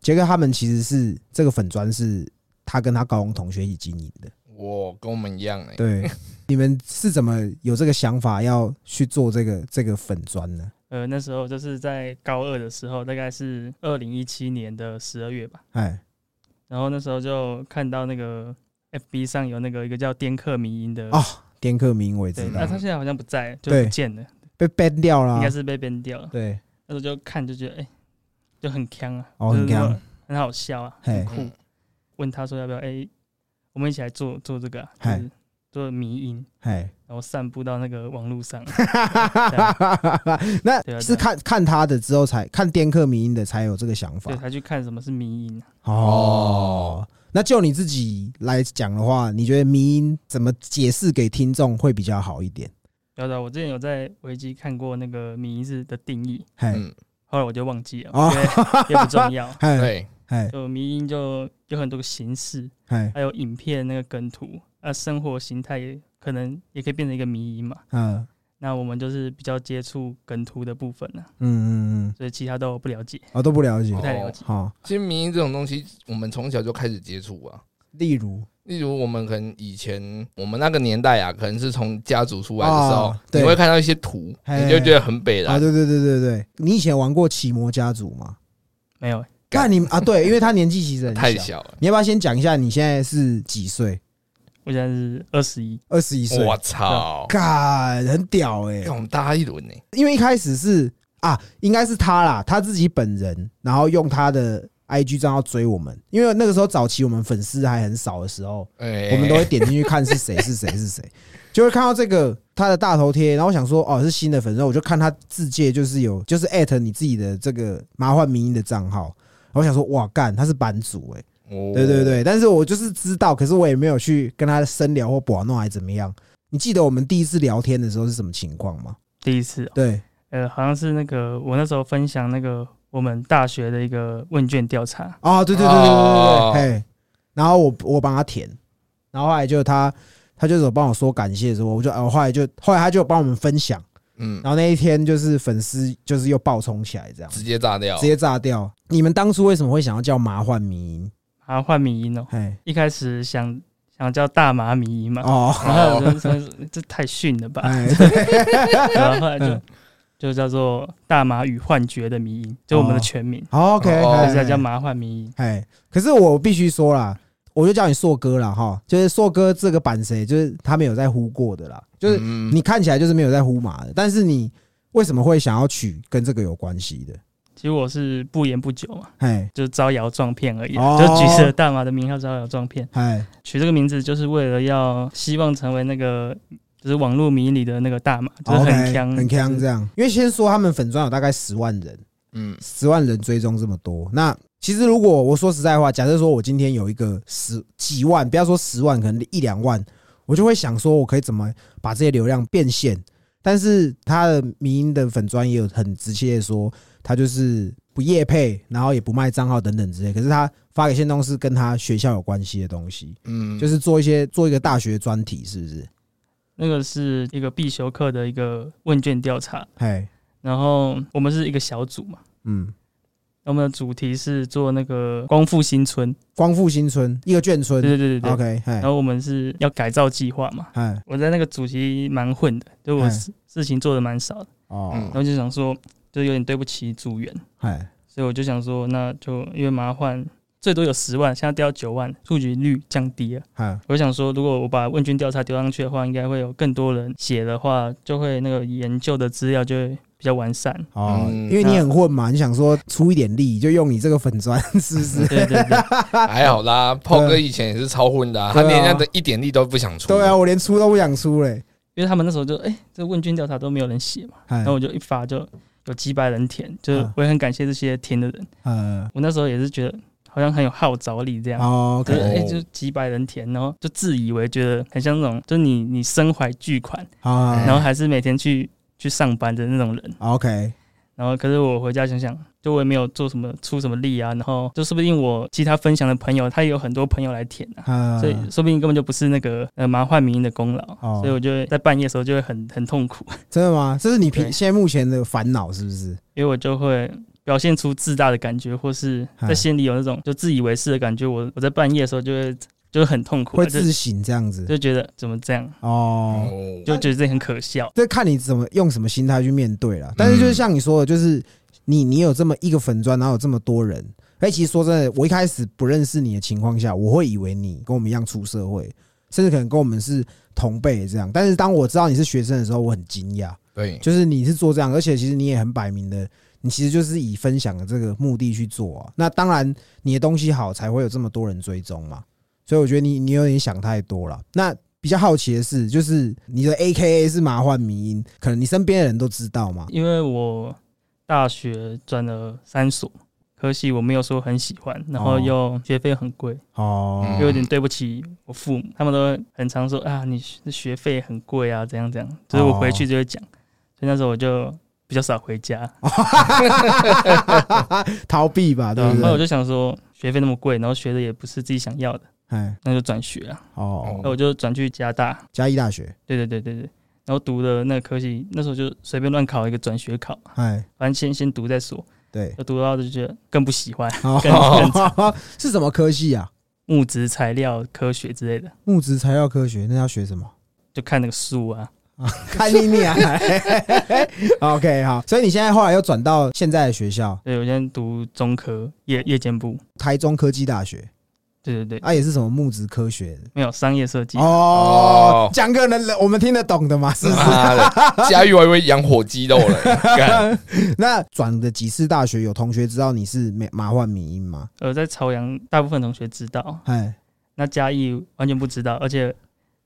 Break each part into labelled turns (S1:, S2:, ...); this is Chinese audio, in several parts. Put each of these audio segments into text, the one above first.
S1: 杰克他们其实是这个粉砖是他跟他高中同学一起经营的。
S2: 我跟我们一样哎、
S1: 对，你们是怎么有这个想法要去做这个这个粉砖呢？
S3: 呃，那时候就是在高二的时候，大概是二零一七年的十二月吧。
S1: 哎，
S3: 然后那时候就看到那个 FB 上有那个一个叫颠克迷音的，
S1: 哦，颠克明我也
S3: 对，
S1: 知
S3: 那
S1: 道
S3: 他，现在好像不在，就
S1: 对
S3: 不见了，
S1: 被 ban 掉了
S3: 应
S1: 啊
S3: 该。是被编掉了。
S1: 对，
S3: 那时候就看就觉得，哎、就很强啊，
S1: 哦
S3: 就是
S1: 很强
S3: 说很好笑啊，
S1: 嘿
S3: 很
S2: 嗯
S3: 酷。问他说要不要，哎、我们一起来做做这个、啊，就
S1: 嗨
S3: 是做迷音，
S1: 哎，
S3: 然后散布到那个网络上。啊对
S1: 那
S3: 啊
S1: 是看看他的之后才看颠克明的才有这个想法
S3: 对，。才去看什么是迷音
S1: 哦
S3: 啊、
S2: 哦，
S1: 那就你自己来讲的话，你觉得迷音怎么解释给听众会比较好一点？
S3: 要啊的，我之前有在维基看过那个迷音是的定义，
S1: 嘿，
S2: 嗯，
S3: 后来我就忘记了，
S1: 哦。
S3: 因为也不重要
S1: 嘿，
S2: 对，
S1: 嘿，
S3: 就迷音就有很多个形式，
S1: 嘿，
S3: 还有影片那个梗图，啊，生活形态也可能也可以变成一个迷音嘛。
S1: 嗯
S3: 那我们就是比较接触梗图的部分呢、
S1: 嗯嗯嗯，
S3: 所以其他都不了解，
S1: 我都不了解
S3: 不。太了解。
S1: 好，
S2: 其实民音这种东西，我们从小就开始接触啊。
S1: 例如，
S2: 例如，我们可能以前我们那个年代啊，可能是从家族出来的时候，
S1: 哦对
S2: 你会看到一些图，
S1: 嘿
S2: 你就觉得很北
S1: 啊，
S2: 了。
S1: 对对对对对，你以前玩过《奇魔家族》吗？
S3: 没有欸、
S1: 那
S2: 干
S1: 你啊，对，因为他年纪其实很
S2: 太
S1: 小，
S2: 小了，
S1: 你要不要先讲一下你现在是几岁？
S3: 我现在是二十一，
S1: 二十一岁，
S2: 我操，
S1: 干，很屌哎、
S2: 干我们大一轮呢，欸
S1: 因为一开始是啊，应该是他啦，他自己本人，然后用他的 IG 账号追我们，因为那个时候早期我们粉丝还很少的时候，
S2: 哎，
S1: 我们都会点进去看是谁是谁是谁，就会看到这个他的大头贴，然后我想说哦是新的粉丝，我就看他自介就是有就是艾特你自己的这个麻烦民音的账号，然后我想说哇干他是版主哎、
S2: 哦
S1: 对对，对，但是我就是知道，可是我也没有去跟他深聊或把弄还怎么样。你记得我们第一次聊天的时候是什么情况吗？
S3: 第一次哦、
S1: 对，
S3: 呃，好像是那个我那时候分享那个我们大学的一个问卷调查，
S1: 啊，对对对对对对
S2: 哦
S1: 对，嘿，然后我我帮他填，然后后来就他他就是有帮我说感谢的时候，我就呃后来就后来他就有帮我们分享，
S2: 嗯，
S1: 然后那一天就是粉丝就是又爆冲起来，这样
S2: 直接炸掉，
S1: 直接炸掉。你们当初为什么会想要叫麻幻迷音？
S3: 然后换迷音哦、
S1: 嘿，
S3: 一开始想想叫大麻迷音嘛，
S1: 哦，
S3: 然后我就说这太逊了吧，
S1: 哎，
S3: 然后后来就
S1: 嗯
S3: 就叫做大麻与幻觉的迷音，就我们
S1: 哦
S3: 的全名，
S1: 好 OK，
S2: 哦
S1: 嘿
S3: 就是啊要叫麻幻迷音。
S1: 哎，可是我必须说啦，我就叫你硕哥啦，哈，就是硕哥这个版谁，就是他没有在呼过的啦，就是
S2: 嗯
S1: 你看起来就是没有在呼马的，但是你为什么会想要取跟这个有关系的？
S3: 其实我是不言不久嘛，
S1: 哎
S3: 就是招摇撞骗而已
S1: 哦
S3: 啊，就举着大麻的名号招摇撞骗。
S1: 哎
S3: 取这个名字就是为了要希望成为那个就是网络迷里的那个大麻，就是很
S1: 哦，OK，
S3: 强
S1: 很强这
S3: 样。
S1: 样，因为先说他们粉专有大概十万人，
S2: 嗯
S1: 十万人追踪这么多，那。其实，如果我说实在话，假设说我今天有一个十几万，不要说十万，可能一两万，我就会想说，我可以怎么把这些流量变现？但是他的民音的粉专也有很直接的说，他就是不业配，然后也不卖账号等等之类。可是他发给线动是跟他学校有关系的东西，
S2: 嗯，
S1: 就是做一些做一个大学专题，是不是？
S3: 那个是一个必修课的一个问卷调查，
S1: 嘿，
S3: 然后我们是一个小组嘛，
S1: 嗯，
S3: 我们的主题是做那个光复新村，
S1: 光复新村一个眷
S3: 对
S1: 村
S3: 对对对对。
S1: ，OK，嘿
S3: 然，后我们是要改造计划嘛，
S1: 嘿，
S3: 我在那个主题蛮混的，就我
S1: 嗯
S3: 事事情做的蛮少的，
S1: 哦
S2: 嗯，
S3: 然后就想说，就有点对不起组员，
S1: 嘿，
S3: 所以我就想说，那就因为麻烦最多有十万，现在掉到九万，触及率降低了。
S1: 嘿，
S3: 我想说，如果我把问卷调查丢上去的话，应该会有更多人写的话，就会那个研究的资料就会比较完善。
S1: 哦，
S2: 嗯
S1: 因为你很混嘛，你想说出一点力，就用你这个粉砖， 是不 是？
S3: 对对对，
S2: 还好啦。炮哥以前也是超混的啊，他
S1: 对啊
S2: 连人家的一点力都不想出。
S1: 对啊，，我连出都不想出嘞，
S3: 因为他们那时候就哎、这问卷调查都没有人写嘛，
S1: 嘿
S3: 然后，我就一发就有几百人填，就是
S1: 嗯
S3: 我也很感谢这些填的人。
S1: 呃，
S3: 我那时候也是觉得好像很有号召力这样。
S1: 哦
S3: 就是
S1: ，OK，
S3: 哎、
S2: 哦
S3: 就几百人填，然后就自以为觉得很像那种，就你你身怀巨款，
S1: 好
S3: 然后还是每天去去上班的那种人。
S1: ，OK，
S3: 然后可是我回家想想，就我也没有做什么出什么力啊，然后就说不定我其他分享的朋友，他也有很多朋友来填啊。
S1: 呃，
S3: 所以说不定根本就不是那个呃麻烦民营的功劳，
S1: 哦
S3: 所以我就会在半夜的时候就会很很痛苦，
S1: 真的吗？这是你平
S3: 对
S1: 现在目前的烦恼是不是？
S3: 因为我就会表现出自大的感觉，或是
S1: 嗯
S3: 在心里有那种就自以为是的感觉，我我在半夜的时候就会就是很痛苦，
S1: 会
S3: 就
S1: 自省这样子
S3: 就觉得怎么这样，
S1: 哦。
S2: 哦，
S3: 就觉得这很可笑。
S1: 这看你怎么用什么心态去面对了。但是就是像你说的，就是你你有这么一个粉砖，然后有这么多人。哎，其实说真的，我一开始不认识你的情况下，我会以为你跟我们一样出社会，甚至可能跟我们是同辈这样。但是当我知道你是学生的时候，我很惊讶，
S2: 对，
S1: 就是你是做这样，而且其实你也很摆明的，你其实就是以分享的这个目的去做啊。那当然，你的东西好才会有这么多人追踪嘛。所以我觉得你你有点想太多了。那比较好奇的是，就是你的 A K A 是麻幻迷音，可能你身边的人都知道嘛。
S3: 因为我大学转了三所科系，我没有说很喜欢，然后
S1: 哦
S3: 又学费很贵，
S1: 哦
S2: 嗯
S3: 又有点对不起我父母，他们都很常说啊，你学学费很贵啊，怎样怎样。就是我回去就会讲，所以那时候我就比较少回家，
S1: 啊哦 逃避吧，对
S3: 啊然
S1: 不
S3: 后我
S1: 对？
S3: 就想说学费那么贵，然后学的也不是自己想要的，
S1: 哎，
S3: 那就转学啊，
S1: 哦
S3: 那，我就转去加大，
S1: 嘉义大学，
S3: 对对对对对。然后读的那个科系，那时候就随便乱考一个转学考，
S1: 哎，
S3: 反正先先读再说。
S1: 对，
S3: 就读到就觉得更不喜欢
S1: 哦， 是什么科系啊？
S3: 木质材料科学之类的，
S1: 木质材料科学，那要学什么？
S3: 就看那个书啊，
S1: 看你娘 ！OK，好，所以你现在后来又转到现在的学校，
S3: 对，我现在读中科夜夜间部，
S1: 台中科技大学，
S3: 对对对，
S1: 啊，也是什么木质科学的
S3: 没有商业设计，
S1: 哦
S2: 哦，
S1: 讲个能我们听得懂的嘛，是不是？
S2: 妈的，嘉玉我还以为养火鸡肉 了，干
S1: 那转的几次大学，有同学知道你是美麻幻迷音吗？
S3: 呃，在朝阳大部分同学知道，
S1: 哎，
S3: 那嘉义完全不知道，而且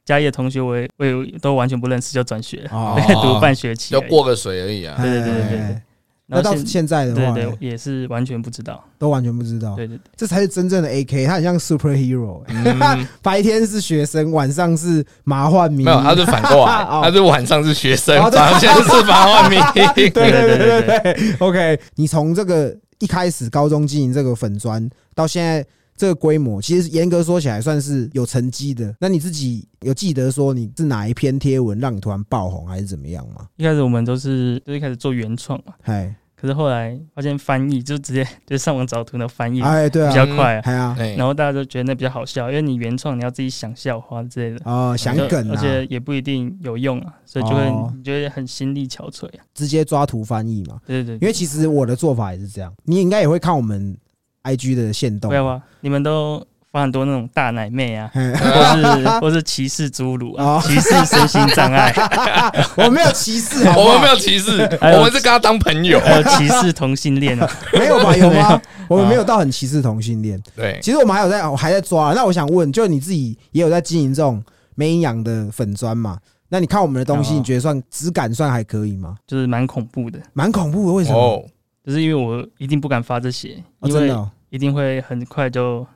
S3: 嘉义的同学我也我也都完全不认识，就转学了，
S1: 哦
S3: 读半学期
S2: 就
S3: 而已，
S2: 过个水而已啊。
S3: 对对对对对
S1: 哎
S3: 然
S1: 那
S3: 后
S1: 到
S3: 现
S1: 现欸在的
S3: 对
S1: 话，
S3: 对也是完全不知道，
S1: 都完全不知道，
S3: 对对对，
S1: 这才是真正的 AK，他很像 superhero，哎白天是学生，晚上是麻幻迷音。
S2: 嗯没有，他是反过 来，
S1: 哦
S2: 他是晚上是学生
S1: 哦，对
S2: 早上是法 万民。
S1: 对对
S3: 对
S1: 对
S3: 对
S1: 对对，OK，你从这个一开始高中经营这个粉砖到现在这个规模，其实严格说起来算是有成绩的。那你自己有记得说你是哪一篇贴文让你突然爆红，还是怎么样吗？
S3: 一开始我们都是就一开始做原创嘛，
S1: 哎
S3: 可是后来发现翻译就直接 就上网找图的翻译比
S1: 哎，对啊，
S3: 较快啊。
S1: 哎呀
S2: 哎
S3: 然后大家都觉得那比较好笑，因为你原创你要自己想笑话之类的，
S1: 哦，想梗
S3: 而
S1: 啊，
S3: 且也不一定有用啊，所以就会、
S1: 哦
S3: 你就会很心力憔悴啊。
S1: 直接抓图翻译嘛。
S3: 对对
S1: 因
S3: 对，
S1: 为其实我的做法也是这样，你应该也会看我们 IG 的线动
S3: 不。要啊，你们都发很多那种大奶妹 啊，
S1: 嘿
S3: 或是或是歧视侏儒
S1: 嗯哦
S3: 啊，歧视身心障碍，
S1: 我没有歧视，好不
S2: 我
S1: 好
S2: 们没有歧视，
S1: 哎
S3: 还有
S2: 我们是跟他当朋友。
S3: 还有歧视同性恋啊。
S1: 没有吧？有
S3: 没
S1: 吗
S3: 有？
S1: 我 们没有啊到很歧视同性恋。
S2: 对，
S1: 其实我们还有在，我还在抓。那我想问，就你自己也有在经营这种没营养的粉砖嘛？那你看我们的东西，
S3: 哦
S1: 你觉得算质感算还可以吗？
S3: 就是蛮恐怖的，
S1: 蛮恐怖的，为什么？
S2: 哦，
S3: 就是因为我一定不敢发这些，
S1: 哦
S3: 因
S1: 真的
S3: 为
S1: 哦
S3: 一定会很快就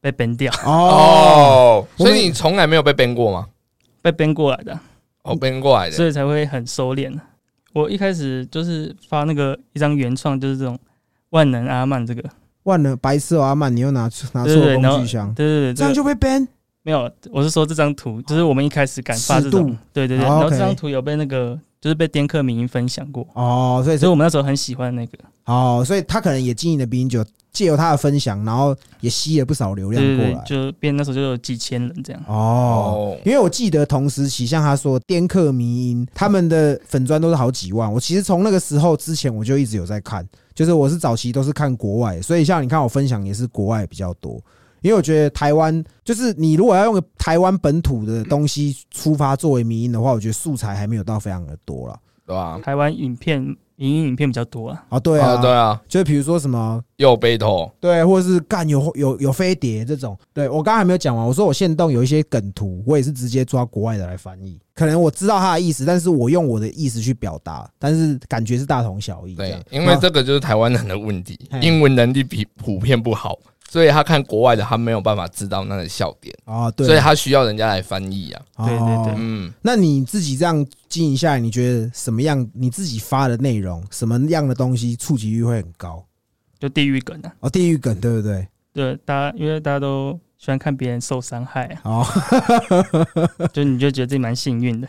S3: 被 ban 掉，
S1: 哦，
S2: 哦，
S1: 我
S2: 所
S1: 们
S2: 以你从来没有被编过吗？
S3: 被 ban 过来的啊，
S2: 哦，
S1: 嗯
S2: 编过来的
S3: 所，以才会很收敛。我一开始就是发那个一张原创，就是这种万能阿曼这个，
S1: 万能白痴哦阿曼，你又拿出拿
S3: 对
S1: 错
S3: 对对，然
S1: 工
S3: 后
S1: 具箱，
S3: 对对对，
S1: 这样
S3: 个
S1: 就被 ban
S3: 没有，我是说这张图，就是我们一开始敢发这
S1: 尺度
S3: 种，对对对，
S1: 哦
S3: 然后
S1: OK
S3: 这张图有被那个就是被颠客民分享过，
S1: 哦。所以
S3: 所以
S1: 说
S3: 我们那时候很喜欢那个，
S1: 哦，所以他可能也经营了比你久，借由他的分享，然后也吸了不少流量
S3: 对
S1: 过
S3: 对
S1: 来
S3: 对，就变那时候就有几千人这样，
S1: 哦。
S2: 哦，
S1: 因为我记得同时期，像他说颠客迷音，他们的粉砖都是好几万。我其实从那个时候之前，我就一直有在看，就是我是早期都是看国外，所以像你看我分享也是国外比较多。因为我觉得台湾就是你如果要用台湾本土的东西出发作为迷音的话，我觉得素材还没有到非常的多了。
S2: 对吧？
S3: 台湾影片影音影片比较多啊，
S1: 啊，对
S2: 哦对
S1: 啊，
S2: 啊，
S1: 就是比如说什么
S2: 又被偷，
S1: 对，或者是干有有有飞碟这种。对我刚刚还没有讲完，我说我现动有一些梗图，我也是直接抓国外的来翻译。可能我知道他的意思，但是我用我的意思去表达，但是感觉是大同小异这
S2: 对
S1: 样。，
S2: 因为这个就是台湾人的问题
S1: 嘿，
S2: 英文能力比普遍不好，所以他看国外的，他没有办法知道那个笑点，
S1: 啊，对，
S2: 所以他需要人家来翻译啊。
S1: 哦
S3: 对对对
S2: 嗯，
S1: 那你自己这样经营下来，你觉得什么样？你自己发的内容，什么样的东西触及率会很高？
S3: 就地狱梗啊，
S1: 哦，地狱梗对不对？
S3: 对，大家因为大家都喜欢看别人受伤害啊，
S1: 哦，
S3: 就你就觉得自己蛮幸运的。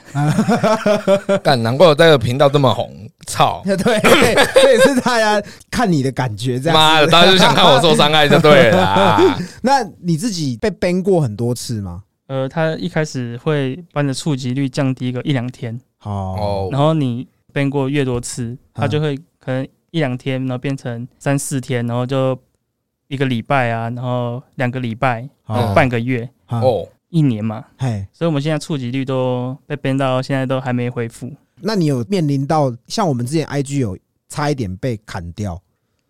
S2: 干，难怪我这个频道这么红， 操！
S1: 对， 这也是大家看你的感觉这样。
S2: 妈的，大家就想看我受伤害就对了啦。
S1: 那你自己被 ban 过很多次吗？
S3: 呃，他一开始会把你的触及率降低个一两天，
S1: 哦，
S2: 哦，
S3: 然后你变过越多次，他
S1: 嗯
S3: 就会可能一两天，然后变成三四天，然后就一个礼拜啊，然后两个礼拜，
S2: 嗯
S3: 然后
S1: 哦，
S3: 半个月，
S2: 哦，
S3: 一年嘛。
S1: 嘿，
S3: 所以我们现在触及率都被编到现在都还没恢复，
S1: 那你有面临到像我们之前 IG 有差一点被砍掉，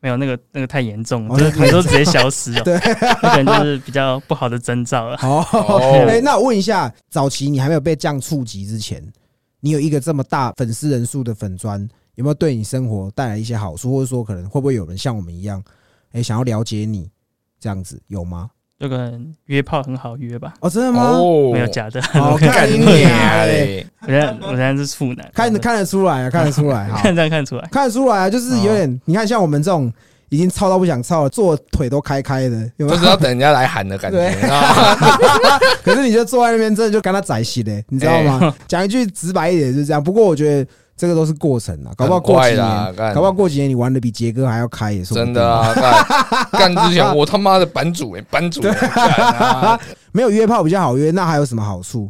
S3: 没有那个那个太严重了，
S1: 哦
S3: 就是
S1: 那
S3: 很多直接消失了，那可能就是比较不好的征兆了。
S1: 哦，
S2: 哦
S1: 哎、那我问一下，早期你还没有被这样触及之前，你有一个这么大粉丝人数的粉砖，有没有对你生活带来一些好处，或者说可能会不会有人像我们一样，哎、想要了解你这样子，有吗？
S3: 就可能约炮很好约吧，
S1: 哦，真的吗？
S2: 哦，
S3: 没有假的。
S1: 好
S3: 我
S1: 看
S2: 干
S1: 你
S2: 你
S1: 啊
S2: 啊
S1: 嘞！
S2: 嘞！
S3: 现在我现在是处男，
S1: 看 看得出来啊，看得出来， 好，
S3: 看这样看得出来，
S1: 看得出来啊，就是有
S2: 哦
S1: 点，你看像我们这种已经操到不想操了，坐腿都开开的，有没
S2: 就
S1: 有
S2: 是？要等人家来喊的感觉，啊
S1: 对
S2: 你知道吗
S1: 可是你就坐在那边，真的就跟他宰戏嘞，你知道吗？讲一句直白一点就是这样。不过我觉得这个都是过程 啊，搞不好过几
S2: 很快嗯啦
S1: 年，
S2: 干
S1: 搞不好过几年你玩的比杰哥还要开也是
S2: 真的啊！干干之前，我他妈的版主哎，版主欸干啊！
S1: 没有约炮比较好约，那还有什么好处？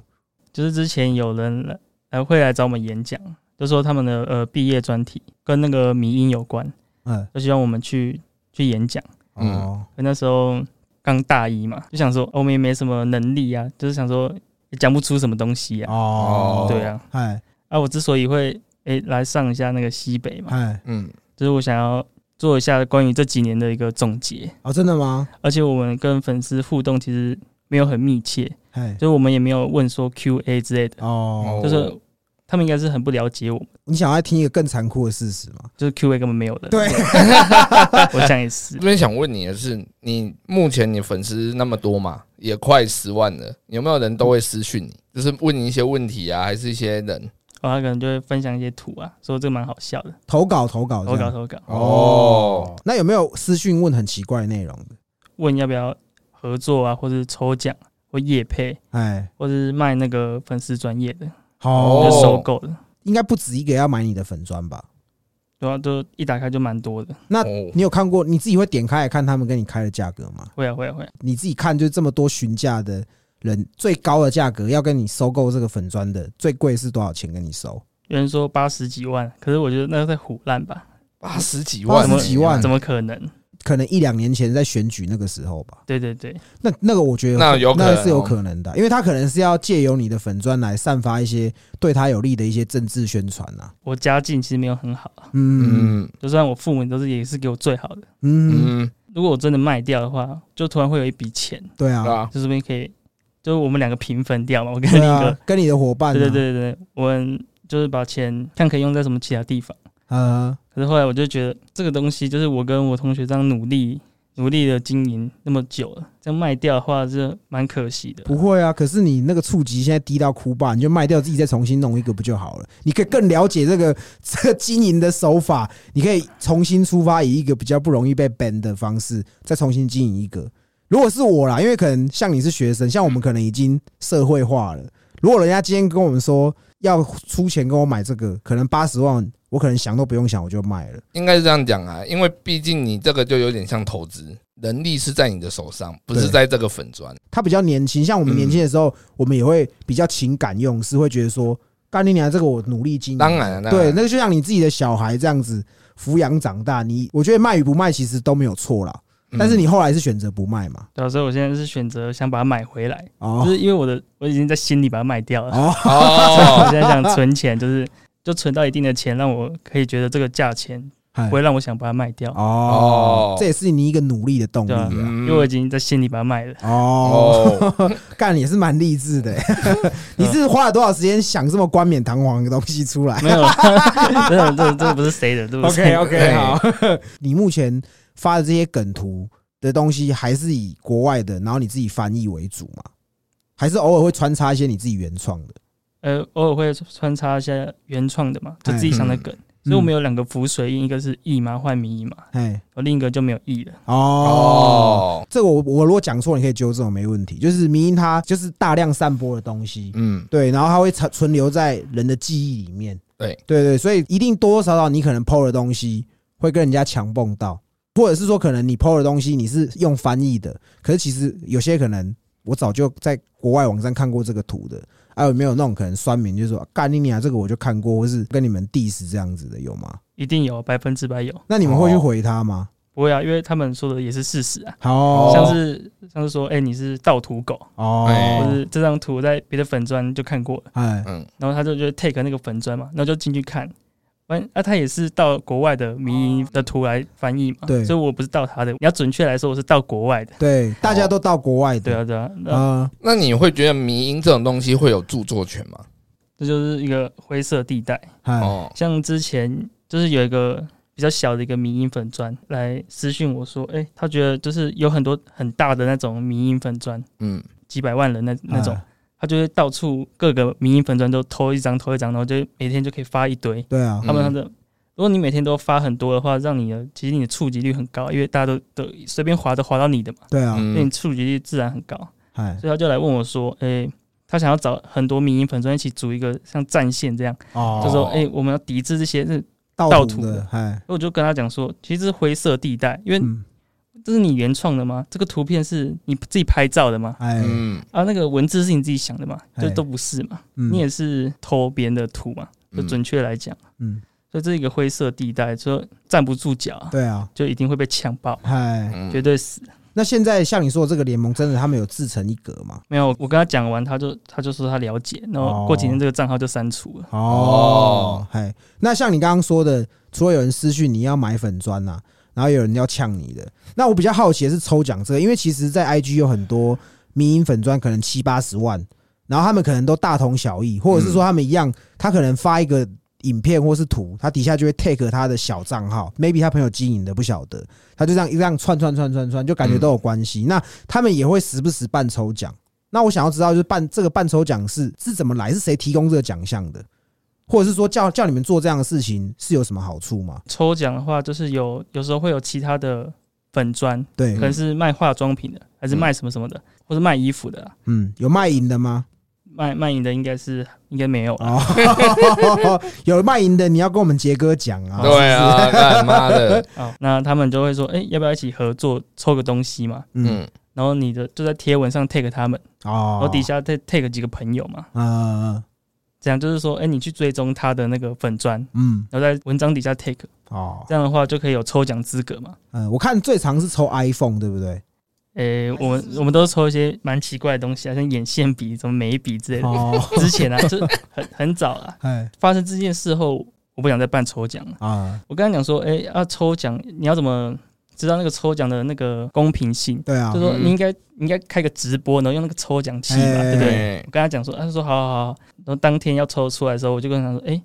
S3: 就是之前有人来呃会来找我们演讲，就说他们的呃毕业专题跟那个迷音有关，
S1: 嗯，
S3: 就希望我们去去演讲。
S2: 嗯
S1: 哦，
S3: 那时候刚大一嘛，就想说哦我们也没什么能力啊，就是想说也讲不出什么东西啊。
S1: 哦，
S3: 对，啊，
S1: 哎
S3: 啊我之所以会诶、来上一下那个西北嘛，
S1: 哎，
S2: 嗯，
S3: 就是我想要做一下关于这几年的一个总结，
S1: 哦，真的吗？
S3: 而且我们跟粉丝互动其实没有很密切，
S1: 哎，
S3: 就是我们也没有问说 Q&A 之类的，
S1: 哦，
S3: 就是他们应该是很不了解我们。
S1: 你想要听一个更残酷的事实吗？
S3: 就是 Q&A 根本没有的。
S1: 对，啊
S3: 我想也是
S2: 这。边想问你的是，你目前你粉丝那么多嘛，也快十万了，有没有人都会私讯你，就是问你一些问题啊，还是一些人？
S3: 哦然后他可能就会分享一些图啊，说这个蛮好笑的，
S1: 投稿，投稿，
S3: 投稿。投稿，
S2: 哦，
S1: 那有没有私讯问很奇怪的内容的？
S3: 问要不要合作啊，或是抽奖，或夜配，
S1: 哎，
S3: 或是卖那个粉丝专业的，
S1: 好
S3: 就
S2: 哦
S3: 收购的，
S1: 应该不止一个要买你的粉砖吧？
S3: 对啊，都一打开就蛮多的。
S1: 那
S2: 哦
S1: 你有看过你自己会点开来看他们跟你开的价格吗？
S3: 会啊会啊会啊，
S1: 你自己看，就这么多询价的人，最高的价格要跟你收购这个粉砖的，最贵是多少钱跟你收？
S3: 有人说八十几万，可是我觉得那是在胡乱吧，
S2: 八十几万，
S1: 八十几万
S3: 怎么可能？
S1: 可能一两年前在选举那个时候吧。
S3: 对对对，
S1: 那那个我觉得
S2: 那有可能哦
S1: 那是有可能的，啊因为他可能是要借由你的粉砖来散发一些对他有利的一些政治宣传呐、
S3: 我家境其实没有很好啊，
S1: 嗯
S2: 嗯
S3: 就算我父母都是也是给我最好的。
S1: 嗯，
S2: 嗯，
S3: 如果我真的卖掉的话，就突然会有一笔钱，
S1: 对
S2: 对
S1: 啊，
S2: 啊，
S3: 就这边可以，就是我们两个平分掉嘛，我跟你一
S1: 对
S3: 个
S1: 啊，跟你的伙伴、啊，
S3: 对对，对对，我
S1: 啊
S3: 们就是把钱看可以用在什么其他地方。
S1: 呃，
S3: 可是后来我就觉得这个东西，就是我跟我同学这样努力努力的经营那么久了，这样卖掉的话是蛮可惜的。
S1: 不会啊，可是你那个触及现在低到哭吧，你就卖掉自己再重新弄一个不就好了？你可以更了解这个 这个经营的手法，你可以重新出发，以一个比较不容易被 ban 的方式再重新经营一个。如果是我啦，因为可能像你是学生，像我们可能已经社会化了。如果人家今天跟我们说要出钱跟我买这个，可能八十万，我可能想都不用想我就卖了。
S2: 应该是这样讲啊，因为毕竟你这个就有点像投资，能力是在你的手上，不是
S1: 对嗯
S2: 在这个粉砖。
S1: 他比较年轻，像我们年轻的时候，我们也会比较情感用事，会觉得说，干你娘，这个我努力经营，
S2: 当然啊，当然
S1: 对，那就像你自己的小孩这样子抚养长大，你我觉得卖与不卖其实都没有错啦。
S2: 嗯
S1: 但是你后来是选择不卖嘛？
S3: 对啊、所以我现在是选择想把它买回来，就
S1: 哦
S3: 是因为我的我已经在心里把它卖掉了，
S1: 哦，
S3: 我
S2: 哦，
S3: 现在想存钱，就是就存到一定的钱，让我可以觉得这个价钱
S1: 嗨
S3: 不会让我想把它卖掉，
S1: 哦，哎这也是你一个努力的动力啊
S3: 对
S2: 嗯
S3: 因为我已经在心里把它 卖了。
S1: 哦，
S2: 哦，
S1: 干也是蛮励志 的欸。你是花了多少时间想这么冠冕堂皇的东西出 来
S3: 没有，这这这不是谁的，这不 是谁的
S1: 嗯 OK，好。你目前发的这些梗图的东西，还是以国外的，然后你自己翻译为主嘛？还是偶尔会穿插一些你自己原创的？
S3: 呃，偶尔会穿插一些原创的嘛，就自己想的梗，所以我们有两个浮水印，一个是意嘛换名义嘛，
S1: 哎，
S3: 然后另一个就没有意了。
S1: 哦，
S2: 哦，
S1: 这个我我如果讲错，你可以纠正我，没问题。就是迷因，它就是大量散播的东西，
S2: 嗯，
S1: 对，然后它会存存留在人的记忆里面。
S2: 对
S1: 对对，所以一定多多少少你可能 PO 的东西会跟人家强蹦到，或者是说可能你 PO 的东西你是用翻译的，可是其实有些可能我早就在国外网站看过这个图的，还、有没有那种可能酸民就说干你娘这个我就看过，或是跟你们 diss 这样子的有吗？
S3: 一定有，百分之百有，
S1: 那你们
S3: 哦
S1: 会去回他吗？
S3: 不会啊，因为他们说的也是事实啊，
S1: 好
S2: 哦
S3: 像是像是说，哎、你是盗图狗，
S1: 哦
S2: 哎，
S3: 或是这张图在别的粉砖就看过了，
S1: 哎
S2: 嗯
S3: 然后他就就 take 那个粉砖嘛，然后就进去看，完啊，他也是到国外的迷音的图来翻译嘛，
S1: 对
S3: 啊所以我不是盗他的，你要准确来说，我是到国外的，
S1: 对，大家都到国外
S3: 对
S1: 的
S3: 啊，对啊，那
S1: 啊，
S2: 那你会觉得迷音这种东西会有著作权吗？
S3: 这就是一个灰色地带，
S1: 哎
S2: 哦，
S3: 像之前就是有一个。比较小的一个迷音粉砖来私讯我说，哎、他觉得就是有很多很大的那种迷音粉砖，
S2: 嗯，
S3: 几百万人那那种
S1: 哎，
S3: 他就会到处各个民营粉砖都偷一张偷一张，然后就每天就可以发一堆。
S1: 对啊
S2: 嗯，
S3: 他们他的，如果你每天都发很多的话，让你的其实你的触及率很高，因为大家都都随便划都划到你的嘛，
S1: 对啊，
S3: 那你
S2: 嗯，
S3: 触及率自然很高。
S1: 哎
S3: 所以他就来问我说：“诶、他想要找很多民营粉砖一起组一个像战线这样，
S1: 哦，
S3: 就说诶、我们要抵制这些。”那
S1: 盗
S3: 盗
S1: 图
S3: 图
S1: 的
S3: 的
S1: 哎，
S3: 我就跟他讲说，其实这是灰色地带，因为
S1: 嗯，
S3: 这是你原创的吗？这个图片是你自己拍照的吗？
S1: 哎，
S2: 嗯，
S3: 啊，那个文字是你自己想的吗？
S1: 哎
S3: 就都不是嘛。
S1: 嗯
S3: 你也是偷别人的图嘛，就
S2: 嗯
S3: 准确来讲，
S1: 嗯，
S3: 所以这是一个灰色地带，说站不住脚啊，
S1: 对啊，
S3: 就一定会被呛爆，
S1: 哎，
S2: 嗯
S3: 绝对死。
S1: 那现在像你说的这个联盟，真的他们有自成一格吗？
S3: 没有，我跟他讲完，他就他就说他了解，然后过几天这个账号就删除了。
S1: 哦，哎，那像你刚刚说的，除了有人私讯你要买粉砖呐、然后有人要呛你的，那我比较好奇的是抽奖这个，因为其实，在 IG 有很多民营粉砖，可能七八十万，然后他们可能都大同小异，或者
S3: 嗯
S1: 是说他们一样，他可能发一个影片或是图，他底下就会 take 他的小账号，maybe 他朋友经营的不晓得，他就这样一这样串串串串串，就感觉都有关系。那他们也会时不时办抽奖。那我想要知道，就是办这个办抽奖是是怎么来，是谁提供这个奖项的，或者是说叫叫你们做这样的事情是有什么好处吗？
S3: 抽奖的话，就是有有时候会有其他的粉砖，
S1: 对
S3: 可，能是卖化妆品的，还是卖什么什么的，或者卖衣服的啊、
S1: 嗯，有卖淫的吗？
S3: 卖卖淫的应该是应该没有啊。
S1: 哦，有卖淫的，你要跟我们杰哥讲啊。
S2: 对啊，干妈的，
S3: 哦，那他们就会说，哎、要不要一起合作抽个东西嘛？
S1: 嗯，
S2: 嗯，
S3: 然后你的就在贴文上 take 他们，
S1: 哦
S3: 然，后底，下再 take 几个朋友嘛，
S1: 呃，
S3: 这样就是说，哎、你去追踪他的那个粉砖，
S1: 嗯，
S3: 然后在文章底下 take，
S1: 哦，
S3: 这样的话就可以有抽奖资格嘛。
S1: 嗯，我看最常是抽 iPhone，对不对？
S3: 诶、我们我们都抽一些蛮奇怪的东西啊，像眼线笔、什么眉笔之类的。
S1: 哦，
S3: 之前啊，就很很早啊，
S1: 哎，
S3: 发生这件事后，我不想再办抽奖了。
S1: 啊，
S3: 我跟他讲说，哎、要、抽奖，你要怎么知道那个抽奖的那个公平性？
S1: 对啊
S3: 就，说
S2: 嗯
S3: 你应该你应该开个直播，然后用那个抽奖器嘛，
S1: 哎
S3: 对不对？
S2: 对
S3: 我，跟他讲说，啊他说好好好，然后当天要抽出来的时候，我就跟他说，哎、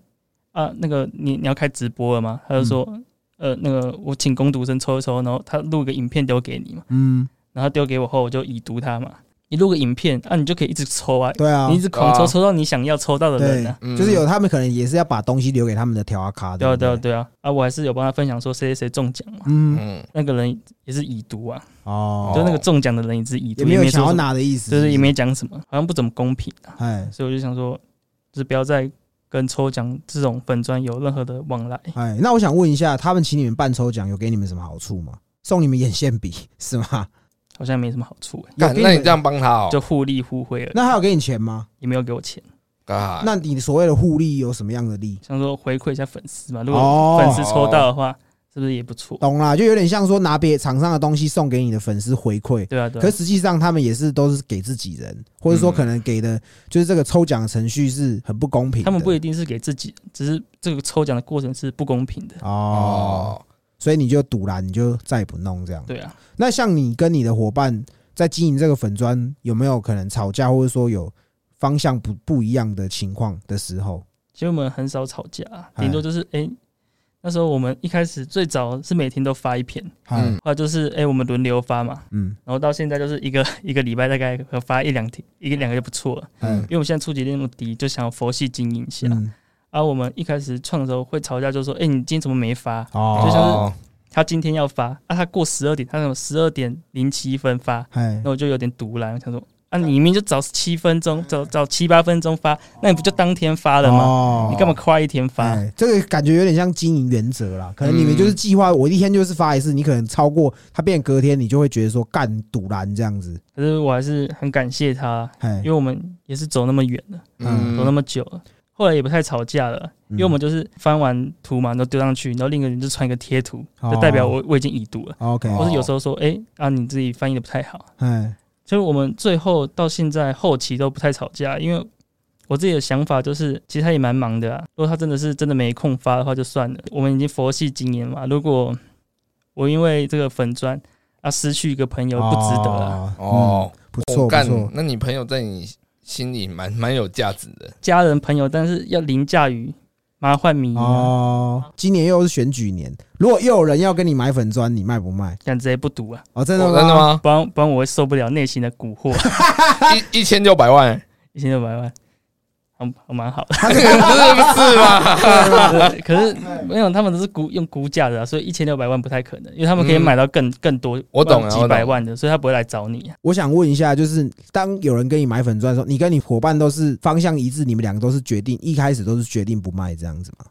S3: 啊，那个你你要开直播了吗？他就说，
S1: 嗯
S3: 呃，那个我请工读生抽一抽，然后他录个影片丢给你嘛，
S1: 嗯，
S3: 然后丢给我后，我就已读他嘛。你录个影片啊，你就可以一直抽啊，
S1: 对啊
S3: 你一，直狂抽，
S2: 啊
S3: 抽到你想要抽到的人
S1: 对
S3: 啊。，
S2: 嗯
S1: 就是有他们可能也是要把东西留给他们的条啊卡，
S3: 对啊，
S1: 不
S3: 对啊，，对啊，啊，我还是有帮他分享说谁谁谁中奖嘛，
S1: 嗯，
S2: 嗯，
S3: 那个人也是已读啊，
S1: 哦，
S3: 就那个中奖的人也是已
S1: 也
S3: 读，
S1: 没有
S3: 也
S1: 想
S3: 说
S1: 要
S3: 什么，
S1: 拿的意思，
S3: 就是也没讲什么，好像不怎么公平啊。
S1: 哎
S3: 所以我就想说，就是不要再跟抽奖这种粉砖有任何的往来。
S1: 哎，那我想问一下，他们请你们办抽奖，有给你们什么好处吗？送你们眼线笔 是吗？
S3: 好像没什么好处、欸，
S1: 有
S2: 干
S1: 给
S2: 那你
S1: 们
S2: 这，样帮他哦，
S3: 就互利互惠而已，
S1: 那还有给你钱吗？
S3: 也没有给我钱，
S2: 那
S1: 那你所谓的互利有什么样的利？
S3: 想说回馈一下粉丝嘛，如果粉
S1: 哦，
S3: 丝抽到的话，是不是也不错？
S1: 懂啦，就有点像说拿别厂商的东西送给你的粉丝回馈，
S3: 对啊，对
S1: 可
S3: 啊，
S1: 实际上他们也是都是给自己人，或者说可能给的就是这个抽奖程序是很不公平的。
S3: 嗯他们不一定是给自己，只是这个抽奖的过程是不公平的。
S1: 哦，
S2: 哦，
S1: 所以你就堵拦，你就再也不弄这样。
S3: 对啊，
S1: 那像你跟你的伙伴在经营这个粉砖，有没有可能吵架，或者说有方向不不一样的情况的时候？
S3: 其实我们很少吵架啊，
S1: 哎
S3: 顶多就是哎、那时候我们一开始最早是每天都发一篇，
S1: 嗯
S2: 嗯
S3: 后来就是哎、我们轮流发嘛，
S1: 嗯
S3: 然后到现在就是一个 一个礼拜大概发一两天，一个两个就不错了，
S1: 嗯
S2: 嗯
S3: 因为我们现在初级那么低，就想要佛系经营一下。
S1: 嗯，
S3: 啊，我们一开始创的时候会吵架，就说：“哎、你今天怎么没发？就像是
S1: 哦，
S2: 哦，
S3: 他今天要发啊，他过十二点，他什么十二点零七分发，
S1: 哎
S3: 那，我就有点堵然，我想说啊，你明明就早七分钟，早早七八分钟发，那你不就当天发了吗？
S1: 哦
S3: 你干嘛快一天发？嗯
S1: 哎，这个感觉有点像经营原则啦。可能你们就是计划，我一天就是发一次，你可能超过它变隔天，你就会觉得说干堵拦这样子。
S3: 可是我还是很感谢他，
S1: 哎
S3: 因为，我们也是走那么远了，
S1: 嗯
S3: 走
S2: 哦
S3: 那么久了。后来也不太吵架了，因为我们就是翻完图嘛，然后丢上去，然后另一个人就传一个贴图，
S1: 哦
S3: 就代表我我已经已读了。
S1: OK，
S3: 或是有时候说，哎、啊，你自己翻译的不太好。
S1: 哎，
S3: 所以我们最后到现在后期都不太吵架，因为我自己的想法就是，其实他也蛮忙的啊。如果他真的是真的没空发的话，就算了。我们已经佛系经营嘛。如果我因为这个粉砖啊失去一个朋友，不值得啊。
S1: 啊
S2: 哦，
S1: 不
S2: 我
S1: 错不
S2: 干
S1: 错，，
S2: 那你朋友在你心里蛮蛮有价值的，
S3: 家人朋友，但是要凌驾于麻烦迷啊，
S1: 哦，今年又是选举年，如果又有人要跟你买粉砖，你卖不卖？
S3: 敢直接不读啊，
S1: 哦，真的
S2: 哦
S1: 吗？
S2: 真的？吗？
S3: 不然不然我会受不了内心的蛊惑。
S2: 一一千六百万，
S3: 一千六百万，好好蛮好的。
S2: 是不是嘛？
S3: 对 可是没有，他们都是估用估价的、啊，所以一千六百万不太可能，因为他们可以
S2: 嗯
S3: 买到更更多，
S2: 我懂啊
S3: 几百万的，所以他不会来找你啊。
S1: 我想问一下，就是当有人跟你买粉砖的时候，你跟你伙伴都是方向一致，你们两个都是决定一开始都是决定不卖这样子 吗？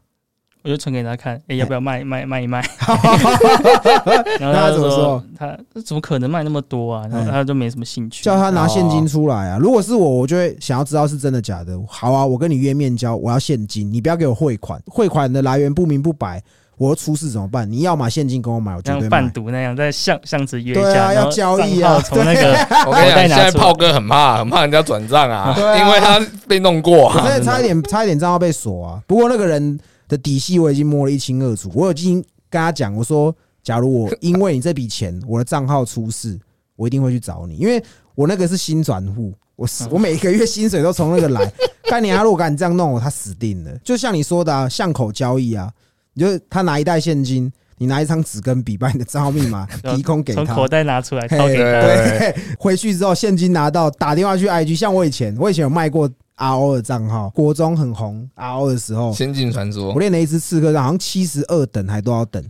S3: 我就传给他看，哎、要不要卖卖卖一 卖？然后
S1: 那他
S3: 就
S1: 怎么
S3: 说
S1: 说
S3: 他这怎么可能卖那么多啊？然后
S1: 哎
S3: 他就没什么兴趣。
S1: 叫他拿现金出来啊！如果是我，我就会想要知道是真的假的。好啊，我跟你约面交，我要现金，你不要给我汇款，汇款的来源不明不白，我要出事怎么办？你要买现金跟我买，我绝
S3: 像
S1: 对
S3: 贩
S1: 买。
S3: 毒那样，在巷巷子约
S1: 对
S3: 架，
S1: 啊
S3: 然后
S1: 要交易啊
S3: 账号从那个
S2: 我跟你
S3: 口袋
S2: 哎讲，现
S3: 拿
S2: 在
S3: 出
S2: 炮哥很怕，很怕人家转账 啊，
S1: 对啊
S2: 因为他被弄过
S1: 我
S2: 啊。
S1: 真的差一点，差一点账号被锁啊！不过那个人的底细我已经摸得一清二楚，我已经跟他讲，我说，假如 我因为你这笔钱，我的账号出事，我一定会去找你，因为我那个是新转户，我死，我每个月薪水都从那个来。 干你啊！如果敢这样弄我，他死定了。就像你说的、啊，巷口交易啊，你就他拿一袋现金，你拿一张纸跟笔，把你的账号密 码提供给
S3: 从
S1: 他。
S3: 口袋拿出来
S1: 嘿
S3: 掏给他，
S1: 对，回去之后现金拿到，打电话去 IG。像我以前，我以前有卖过 RO 的账号，国中很红 RO 的时候，
S2: 仙境传说
S1: 我，练了一只刺客，好像七十二等还多少等，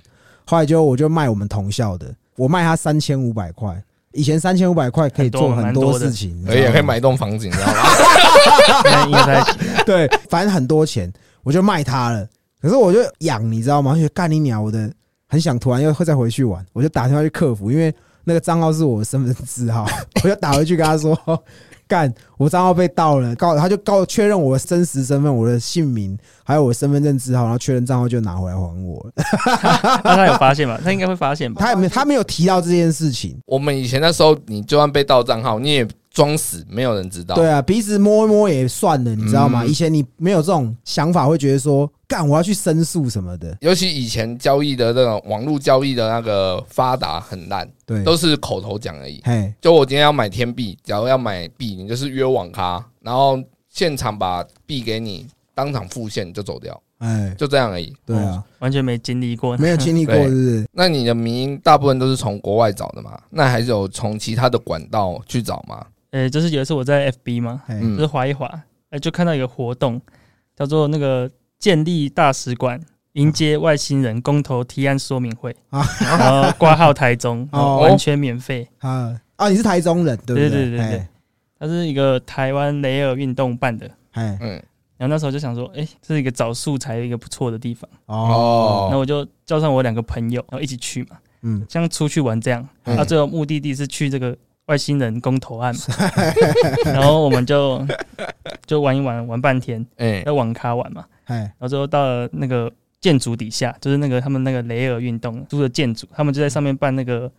S1: 后来就我就卖我们同校的，我卖他三千五百块。以前三千五百块可以做很
S3: 很多蛮多的
S1: 事情，你知道
S2: 而且
S1: 吗
S2: 可以买一栋房子，你知 道吗？
S3: 那应该在一起。
S1: 对，反正很多钱，我就卖它了。可是我就养，你知道吗？我就觉得干你鸟，我的很想突然又会再回去玩，我就打电话去客服，因为那个账号是我的身份证字号， 我就打回去跟他说。干，我账号被盗了，告他就告确认我的真实身份、我的姓名，还有我身份证字号，然后确认账号就拿回来还我了。
S3: 那他有发现吗？他应该会发现吧？
S1: 他也没他没有提到这件事情，
S2: 我们以前那时候，你就算被盗账号，你也装死，没有人知道。
S1: 对啊，鼻子摸一摸也算了，你知道吗？
S2: 嗯
S1: 以前你没有这种想法，会觉得说干我要去申诉什么的，
S2: 尤其以前交易的那种网络交易的那个发达很烂，
S1: 对，
S2: 都是口头讲而已。
S1: 嘿，
S2: 就我今天要买天币，假如要买币，你就是约网咖，然后现场把币给你，当场付现就走掉，
S1: 哎，
S2: 就这样而已。
S1: 对啊。
S3: 完全没经历过，
S1: 没 有经历过，
S2: 对
S1: 是不是？
S2: 那你的迷因大部分都是从国外找的嘛？那还是有从其他的管道去找吗？
S3: 呃，就是有一次我在 FB 嘛，
S1: 哎
S2: 嗯
S3: 就是滑一滑，哎，就看到一个活动，叫做那个建立大使馆，迎接外星人公投提案说明会，
S1: 啊
S3: 然后挂号台中，然后
S1: 哦
S3: 完全免费。
S1: 啊啊，你是台中人，对不
S3: 对对
S1: 对
S3: 对对
S1: 哎
S3: 它是一个台湾雷尔运动办的，
S1: 哎
S2: 嗯，
S3: 然后那时候就想说，哎，这是一个找素材一个不错的地方，然后
S1: 哦，
S3: 我就叫上我两个朋友，然后一起去嘛，
S1: 嗯，
S3: 像出去玩这样。
S1: 嗯
S3: 那、最后目的地是去这个外星人公 投案嘛，然后我们就就玩一玩，玩半天，
S2: 哎、
S3: 在网咖玩嘛。
S1: 哎
S3: 然后最后到了那个建筑底下，就是那个他们那个雷尔运动租的建筑，他们就在上面办那个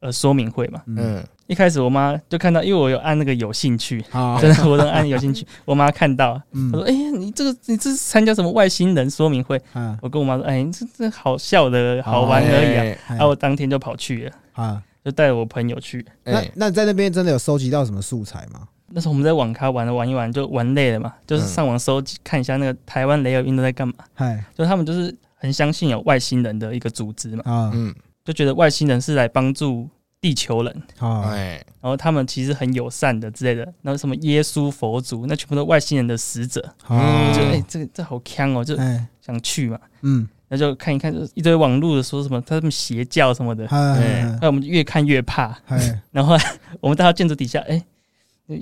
S3: 呃说明会嘛。
S1: 嗯，
S2: 嗯，
S3: 一开始我妈就看到，因为我有按那个有兴趣，
S1: 好，
S3: 真的活动按有兴趣，我妈看到，
S1: 哦嗯
S3: 她说：“哎、呀，你这个你这是参加什么外星人说明会
S1: 啊？”
S3: 我跟我妈说：“哎、你这这好笑的好玩而已啊。
S2: 哎
S1: 哎
S3: 啊，我当天就跑去了，
S1: 啊，
S3: 就带我朋友去。
S1: 那
S2: 哎
S1: 那在那边真的有收集到什么素材吗？
S3: 那时候我们在网咖玩了玩一玩，就玩累了嘛，就是
S2: 嗯
S3: 上网搜集看一下那个台湾雷尔运动在干嘛，
S1: 哎
S3: 就他们就是很相信有外星人的一个组织嘛。
S1: 啊，
S2: 嗯，
S3: 就觉得外星人是来帮助地球人，
S1: 啊，
S2: 哎，
S3: 然后他们其实很友善的之类的，然后什么耶稣、佛祖，那全部都外星人的使者，
S1: 好
S3: 就
S2: 嗯
S3: 哎、这个这好坑哦，就
S1: 哎，
S3: 想去嘛，
S1: 嗯，
S3: 那就看一看，就一堆网络的说什么他们邪教什么的，
S1: 哎
S3: 那我们就越看越怕，
S1: 哎
S3: 然后 我们到建筑底下，哎、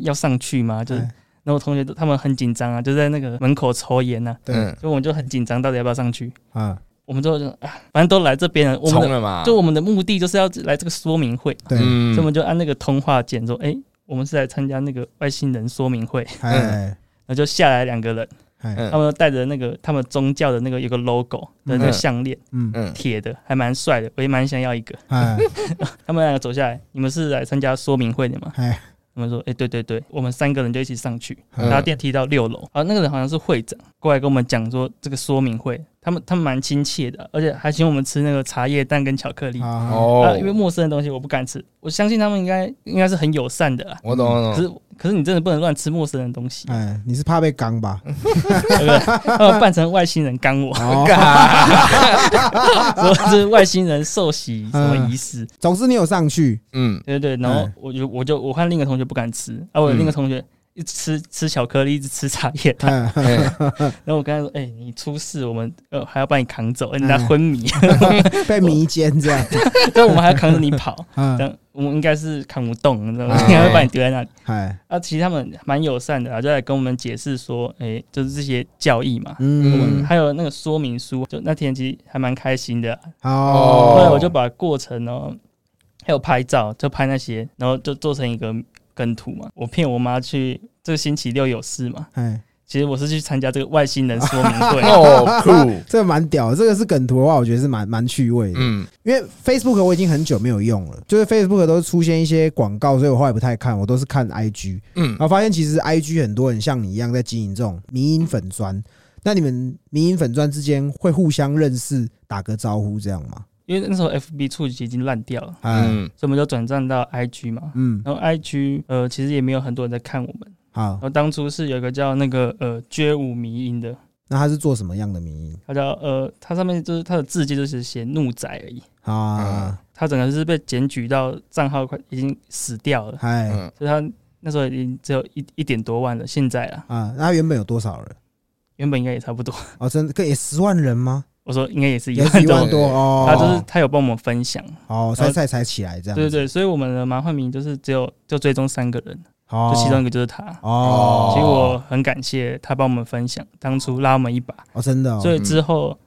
S3: 要上去吗？
S2: 嗯
S3: 就是，
S1: 哎
S3: 然后我同学都他们很紧张啊，就在那个门口抽烟呐、
S1: 哦对
S2: 嗯，
S3: 所以我们就很紧张，到底要不要上去？
S1: 啊，
S3: 我们就就啊，反正都来这边了，我们
S2: 冲
S3: 的
S2: 了嘛，
S3: 就我们的目的就是要来这个说明会，
S1: 对，
S2: 嗯
S3: 所以我们就按那个通话键说，哎、我们是来参加那个外星人说明会，
S1: 哎
S3: 然后就下来两个人，
S1: 哎，
S2: 嗯
S3: 他们都带着那个他们宗教的那个有个 logo 的那个
S2: 嗯
S3: 项链，
S1: 嗯，
S2: 嗯
S3: 铁的，还蛮帅的，我也蛮想要一个。
S1: 哎
S3: 他们两个走下来，你们是来参加说明会的吗？
S1: 哎
S3: 他们说，哎、对对对，我们三个人就一起上去，
S1: 嗯
S3: 搭电梯到六楼。啊，那个人好像是会长，过来跟我们讲说这个说明会，他们他们蛮亲切的，而且还请我们吃那个茶叶蛋跟巧克力。
S1: 好，
S2: 哦
S3: 啊，，因为陌生的东西我不敢吃，我相信他们应该应该是很友善的啦。啊
S2: 我懂
S1: 嗯
S2: 我
S3: 可
S2: 懂，
S3: 是可是你真的不能乱吃陌生的东西，
S1: 哎，你是怕被刚吧？
S3: 对不对？他们扮成外星人刚我，
S1: 哦，
S3: 说这是外星人受洗什么仪式，
S1: 总之你有上去，
S2: 嗯，
S3: 对对，然后
S1: 嗯
S3: 我就我就我和另一个同学不敢吃，啊，我有另一个同学一直吃吃巧克力，一直吃茶叶蛋，
S1: 哎
S2: 哎
S3: 然后我跟他说，哎，你出事，我们呃还要把你扛走，哎你他
S1: 嗯
S3: 昏迷，
S1: 被迷奸这样，
S3: 但我们还要扛着你跑，
S1: 嗯
S3: 这，样我们应该是扛不动，你知道吗
S2: 嗯
S3: 应该会把你丢在那里。
S1: 哎，
S3: 啊，其实他们蛮友善的啊，就来跟我们解释说，哎，就是这些教义嘛。
S1: 嗯，
S3: 还有那个说明书，就那天其实还蛮开心的啊、
S1: 好，
S3: 后来我就把过程哦，还有拍照，就拍那些，然后就做成一个梗图嘛。我骗我妈去这个星期六有事嘛，
S1: 哎，
S3: 其实我是去参加这个外星人说明 会。
S2: 哦酷，
S1: 这个蛮屌的，这个是梗图的话，我觉得是蛮蛮趣味的。
S2: 嗯
S1: 因为 Facebook 我已经很久没有用了，就是 Facebook 都是出现一些广告，所以我后来不太看，我都是看 IG。
S2: 嗯
S1: 然，后发现其实 IG 很多人像你一样在经营这种迷因粉砖，那你们迷因粉砖之间会互相认识、打个招呼这样吗？
S3: 因为那时候 FB 触及已经烂掉了，
S1: 哎，
S2: 嗯
S3: 所以我们就转战到 IG 嘛。
S1: 嗯，
S3: 然后 IG 呃，其实也没有很多人在看我们。
S1: 好
S3: 然，后当初是有一个叫那个呃街舞迷音的，
S1: 那他是做什么样的迷因
S3: 他叫呃，他上面就是他的字迹就是写怒仔而已。
S1: 啊？
S3: 他整个就是被检举到账号快已经死掉了，
S1: 哎
S2: 嗯，
S3: 所以他那时候已经只有一一点多万了，现在啊，
S1: 啊，那他原本有多少人？
S3: 原本应该也差不多。
S1: 哦，真的，也十万人吗？
S3: 我说应该也是一
S1: 也
S3: 万
S1: 是一万
S3: 多，
S1: 多哦。
S3: 他就是他有帮我们分享，
S1: 哦，才才才起来这样。
S3: 对对，对，所以我们的麻烦名就是只有就追踪三个人，
S1: 哦
S3: 就，其中一个就是他。
S1: 哦，
S3: 其实我很感谢他帮我们分享，当初拉我们一把，
S1: 哦，真的哦，
S3: 所以之后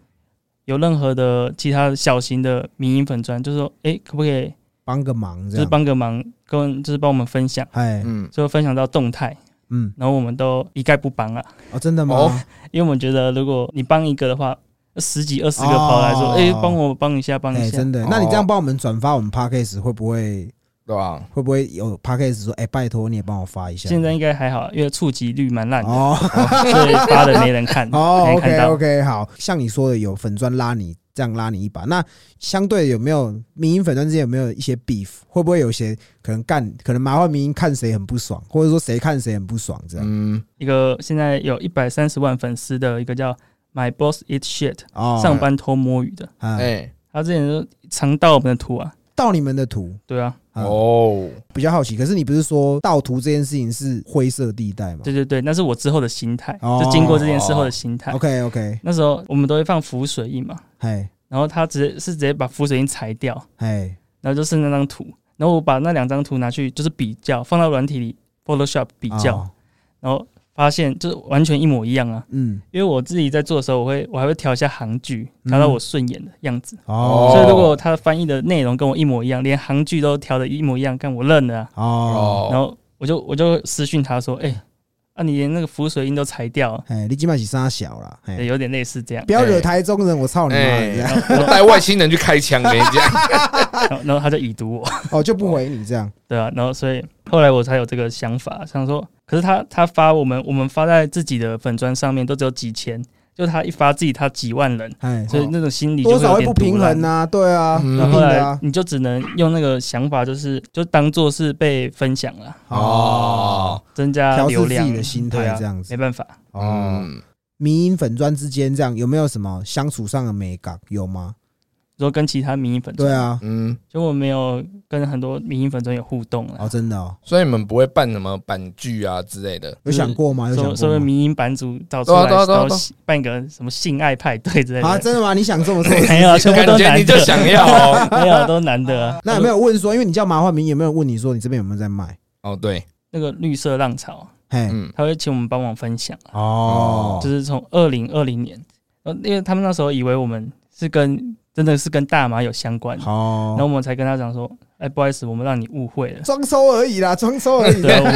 S3: 有任何的其他小型的民营粉砖，就是说，哎，可不可以
S1: 帮个忙
S3: 就
S1: 这
S3: 是
S1: 样。
S3: 帮个忙，跟就是帮我们分享，
S1: 哎，
S2: 嗯
S3: 最后分享到动态，
S1: 嗯，
S3: 然后我们都一概不帮啊。
S1: 哦，真的吗
S2: 哦？
S3: 因为我们觉得，如果你帮一个的话，十几二十个跑来说
S1: 哦：“
S3: 哎、帮我帮一下，帮
S1: 哎，
S3: 一下。哦
S1: 真的，那你这样帮我们转发我们 podcast 会不会
S2: 对吧？
S1: 会不会有 podcast 说，哎，拜托你也帮我发一下？
S3: 现在应该还好，因为触及率蛮烂的，
S1: 哦
S3: 所以发了没人看，
S1: 哦
S3: 没人看
S1: ，OK
S3: 到。
S1: OK，好像你说的有粉砖拉你这样拉你一把，那相对有没有民营粉砖之间有没有一些 beef？会不会有些可能干可能麻烦民营看谁很不爽，或者说谁看谁很不爽这样？
S2: 嗯，
S3: 一个现在有一百三十万粉丝的一个叫 My Boss Eat Shit，、
S1: 哦，
S3: 上班偷摸鱼的，
S1: 哎，
S2: 哎
S3: 他之前就常盗我们的图啊，
S1: 盗你们的图。
S3: 对啊，
S1: 啊
S2: 哦，
S1: 比较好奇，可是你不是说盗图这件事情是灰色地带吗
S3: 对对对，那是我之后的心态，
S1: 哦
S3: 就经过这件事后的心态。
S1: ？OK OK，
S3: 那时候我们都会放浮水印嘛，
S1: 哎
S3: 然后他直接是直接把浮水印裁掉，
S1: 哎
S3: 然后就剩那张图，然后我把那两张图拿去就是比较，放到软体里 Photoshop 比较，
S1: 哦
S3: 然后发现就是完全一模一样啊。
S1: 嗯
S3: 因为我自己在做的时候，我会我还会调一下行距，
S1: 嗯
S3: 调到我顺眼的样子。
S1: 哦
S3: 所以如果他翻译的内容跟我一模一样，连行距都调的一模一样，看我认了、啊。
S1: 哦，
S3: 然后我就我就私讯他说：“哎、啊，你连那个浮水印都裁掉啊，
S1: 哎，你基本上是沙小啦，哎
S3: 对，有点类似这样。
S1: 不要惹台中人，我操你妈！
S2: 哎
S1: 这样
S2: 我带外星人去开枪给你 讲，
S3: 然后”然后他就已读我。
S1: 哦，就不回你这样。
S3: 对啊，然后所以后来我才有这个想法，想说，可是他他发我们我们发在自己的粉砖上面都只有几千，就他一发自己他几万人，
S1: 哎，
S3: 所以那种心理就
S1: 多少
S3: 有
S1: 会
S3: 点
S1: 不平
S3: 堵烂
S1: 衡。呐、对啊，
S2: 嗯
S1: 一
S3: 然
S1: 定
S3: 后后
S1: 的
S3: 来
S1: 啊。
S3: 你就只能用那个想法，就是就当做是被分享了，
S2: 哦，
S3: 增加
S1: 调试
S3: 流
S1: 自
S3: 量
S1: 己的心
S3: 对
S1: 态
S3: 啊
S1: 这样子
S3: 没。办法。
S1: 哦，
S2: 嗯，
S1: 迷因粉砖之间这样有没有什么相处上的美感？有吗？
S3: 说跟其他民营粉专，
S1: 对，啊，
S2: 嗯，
S3: 就我没有跟很多民营粉专有互动啊
S1: 哦，。真的哦，
S2: 所以你们不会办什么版剧啊之类的，
S1: 有想过吗？有
S3: 说
S1: 想
S3: 说
S1: 过吗
S3: 民营版主找出来，
S2: 对啊对啊对啊
S3: 然
S2: 对
S3: 后
S2: 啊
S3: 办个什么性爱派对之类
S1: 啊，
S3: 的，
S1: 真的吗？你想这么做？
S3: 没有， 啊全部
S2: 感
S3: 都
S2: 觉
S3: 男
S2: 你就
S3: 的，
S2: 想要哦。
S3: 没有都男的啊。
S1: 那有没有问说，因为你叫麻花明，有没有问你说你这边有没有在卖？
S2: 哦，对，
S3: 那个绿色浪潮，啊
S1: 嘿，
S2: 嗯，
S3: 他会请我们帮忙分享啊，
S1: 哦
S3: 就，是从二零二零年，呃，因为他们那时候以为我们是跟真的是跟大麻有相关，然
S1: 好，
S3: 后，我们才跟他讲说，哎，不好意思，我们让你误会了
S1: 哦装修而已啦，装修而已。
S3: 对，我们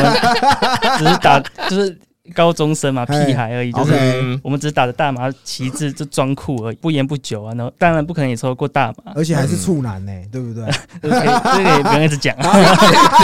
S3: 只是打就是高中生嘛，
S1: 哎
S3: 屁孩而已，就是
S1: OK
S2: 嗯，
S3: 我们只是打着大麻旗帜就装酷而已，不烟不酒啊，然后当然不可能也抽过大 麻，
S1: 而且还是处男呢、对不对？
S3: 这个可以这个也不用一直讲啊。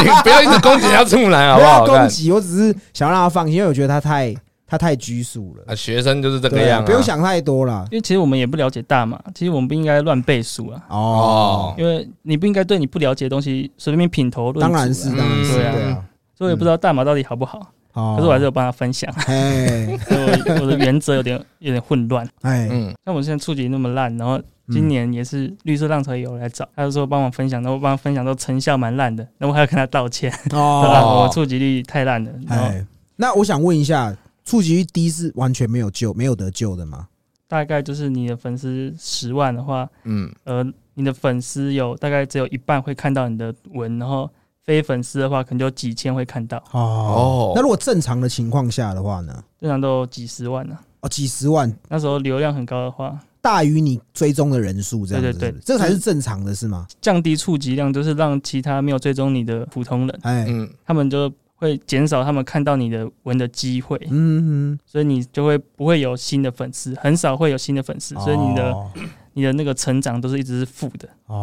S2: 你不要一直攻击人家处男好
S1: 不
S2: 不
S1: 要
S2: 好？
S1: 攻
S2: 看
S1: 击，我只是想让他放心，因为我觉得他太他太拘束了，
S2: 啊，学生就是这个
S1: 对啊
S2: 样啊，
S1: 不用想太多了。
S3: 因为其实我们也不了解大麻，其实我们不应该乱背书啊，
S1: 哦，
S2: 哦
S3: 因为你不应该对你不了解的东西随便品头论足啊。
S1: 当然是，
S2: 嗯
S1: 当然是，
S3: 对啊
S1: 对啊。
S3: 所以我也不知道大麻到底好不好，
S1: 哦
S3: 可是我还是有帮他分 享，
S1: 哎
S3: 所以我我的原则有点有点混乱。
S1: 哎，
S2: 嗯，
S3: 像我现在触及那么烂，然后今年也是绿色浪潮也有来找，他就说帮我分享，然后我帮他分享到成效蛮烂的，然后我还要跟他道歉，
S1: 哦，
S3: 啊我触及率太烂了，然后
S1: 哎，那我想问一下，触及率低是完全没有救，没有得救的吗？
S3: 大概就是你的粉丝十万的话，
S2: 嗯，
S3: 呃，你的粉丝有大概只有一半会看到你的文，然后非粉丝的话，可能就几千会看到，
S1: 哦
S2: 哦
S1: 那如果正常的情况下的话呢？
S3: 正常都有几十万啊呢、
S1: 哦，几十万
S3: 那时候流量很高的话，
S1: 大于你追踪的人数，这样子是
S3: 对
S1: 不
S3: 对
S1: 是，
S3: 对
S1: 这才是正常的，是吗？
S3: 降低触及量就是让其他没有追踪你的普通人，
S1: 哎，
S2: 嗯，
S3: 他们就会减少他们看到你的文的机会，
S1: 嗯，嗯
S3: 所以你就会不会有新的粉丝，很少会有新的粉丝，所以你的、
S1: 哦
S3: 你的那个成长都是一直是负的。
S1: 哦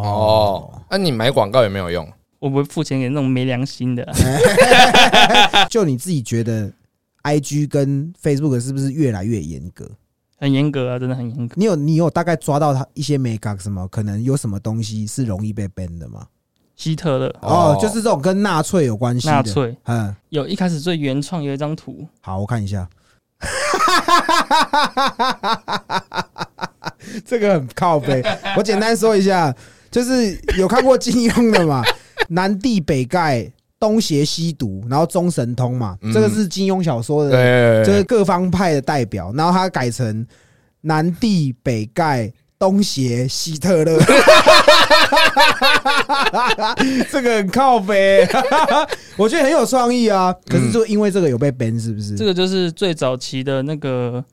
S2: 哦，那你买广告有没有用？
S3: 我不会付钱给那种没良心的啊、
S1: 就你自己觉得，IG 跟 Facebook 是不是越来越严格？
S3: 很严格啊，真的很严格。
S1: 你有你有大概抓到它一些 m e g 什么？可能有什么东西是容易被 ban 的吗？
S3: 希特勒、
S1: 哦，就是这种跟纳粹有关系
S3: 纳
S1: 的。
S3: 粹
S1: 嗯，
S3: 有一开始最原创有一张图，
S1: 好，我看一下。 这个很靠背。我简单说一下，就是有看过金庸的嘛，南帝北丐，东邪西毒，然后中神通嘛，这个是金庸小说的
S2: 对，
S1: 就是各方派的代表，然后他改成南帝、北丐、东邪、希特勒， 这个很靠北， 我觉得很有创意啊。可是就因为这个有被 ban 是不是？
S3: 这个就是最早期的那个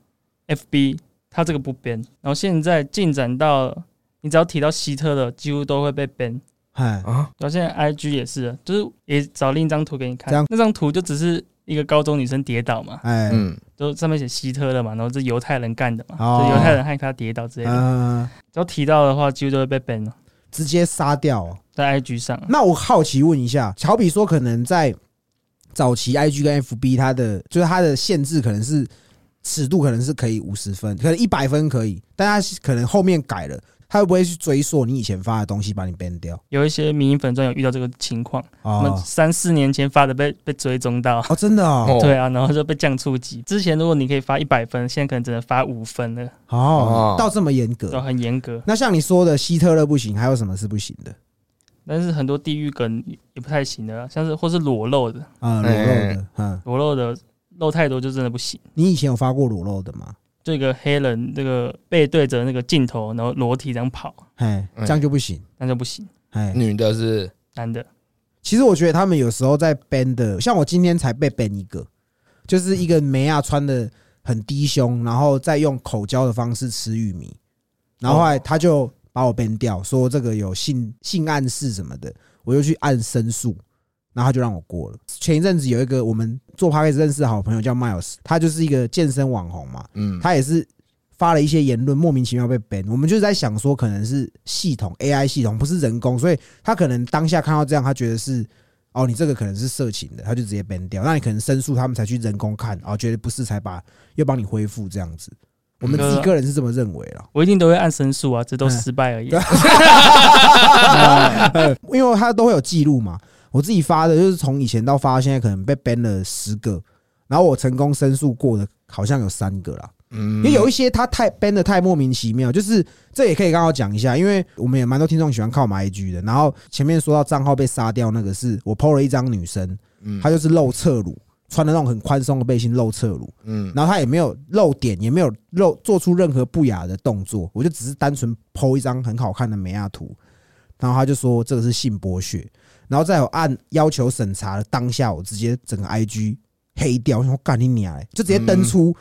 S3: FB，它这个不编，然后现在进展到你只要提到希特勒，几乎都会被编。
S1: 哎，
S2: 啊，
S3: 然后现在 IG 也是，啊就是也找另一张图给你
S1: 这
S3: 看
S1: 样，
S3: 那张图就只是一个高中女生跌倒嘛，
S1: 哎，
S2: 嗯，
S3: 就上面写希特勒嘛，然后这犹太人干的嘛，
S1: 哦
S3: 这犹太人害他跌倒之类的。
S1: 嗯，
S3: 只要提到的话，几乎都会被 ban 了，
S1: 直接杀掉哦。
S3: 在 IG 上。
S1: 那我好奇问一下，好比说，可能在早期 IG 跟 FB，它的就是它的限制可能是尺度可能是可以五十分，可能一百分可以，但它可能后面改了，它会不会去追溯你以前发的东西，把你 ban 掉？
S3: 有一些民营粉专有遇到这个情况，他们
S1: 哦
S3: 三四年前发的被被追踪到，
S1: 哦，真的哦，
S2: 哦
S3: 对啊，然后就被降触及。之前如果你可以发一百分，现在可能只能发五分了，
S1: 哦
S2: 哦，
S1: 到这么严
S3: 都
S1: 格。
S3: 很严格。
S1: 那像你说的希特勒不行，还有什么是不行的？
S3: 但是很多地域梗也不太行的啦，啊像是或是裸露的，
S1: 啊，裸露的，嗯，
S3: 裸露的露太多就真的不行。
S1: 你以前有发过裸露的吗？
S3: 就一个黑人，那个背对着那个镜头，然后裸体这样跑，
S1: 哎，
S2: 嗯
S1: 这样就不行，
S3: 那就不行。
S1: 哎，
S2: 女的是
S3: 男的，
S1: 其实我觉得他们有时候在 ban 的，像我今天才被 ban 一个，就是一个梅亚穿的很低胸，然后再用口交的方式吃玉米，然后后来他就把我 ban 掉，说这个有性性暗示什么的，我就去按申诉，然后他就让我过了。前一阵子有一个我们做 p a c a 认识的好朋友叫 Miles，他就是一个健身网红嘛，
S2: 嗯，
S1: 他也是发了一些言论，莫名其妙被 ban。我们就是在想说，可能是系统 AI 系统，不是人工，所以他可能当下看到这样，他觉得是哦，你这个可能是色情的，他就直接 ban 掉。那你可能申诉，他们才去人工看，哦，觉得不是，才把又帮你恢复这样子。我们自己个人是这么认为了。
S3: 我一定都会按申诉啊，这都失败而已。
S1: 因为它都会有记录嘛。我自己发的，就是从以前到发，现在可能被 ban 了十个，然后我成功申诉过的，好像有三个啦。
S2: 嗯，
S1: 因为有一些他太 ban 的太莫名其妙，就是这也可以刚好讲一下，因为我们也蛮多听众喜欢靠买 IG 的。然后前面说到账号被杀掉那个是我 PO 了一张女生，
S2: 嗯
S1: 她就是露侧乳，穿的那种很宽松的背心露侧乳，
S2: 嗯
S1: 然后她也没有露点，也没有露做出任何不雅的动作，我就只是单纯 PO 一张很好看的美亚图，然后她就说这个是性剥削，然后在我按要求审查的当下，我直接整个 IG 黑掉，我想说干你娘嘞，就直接登出，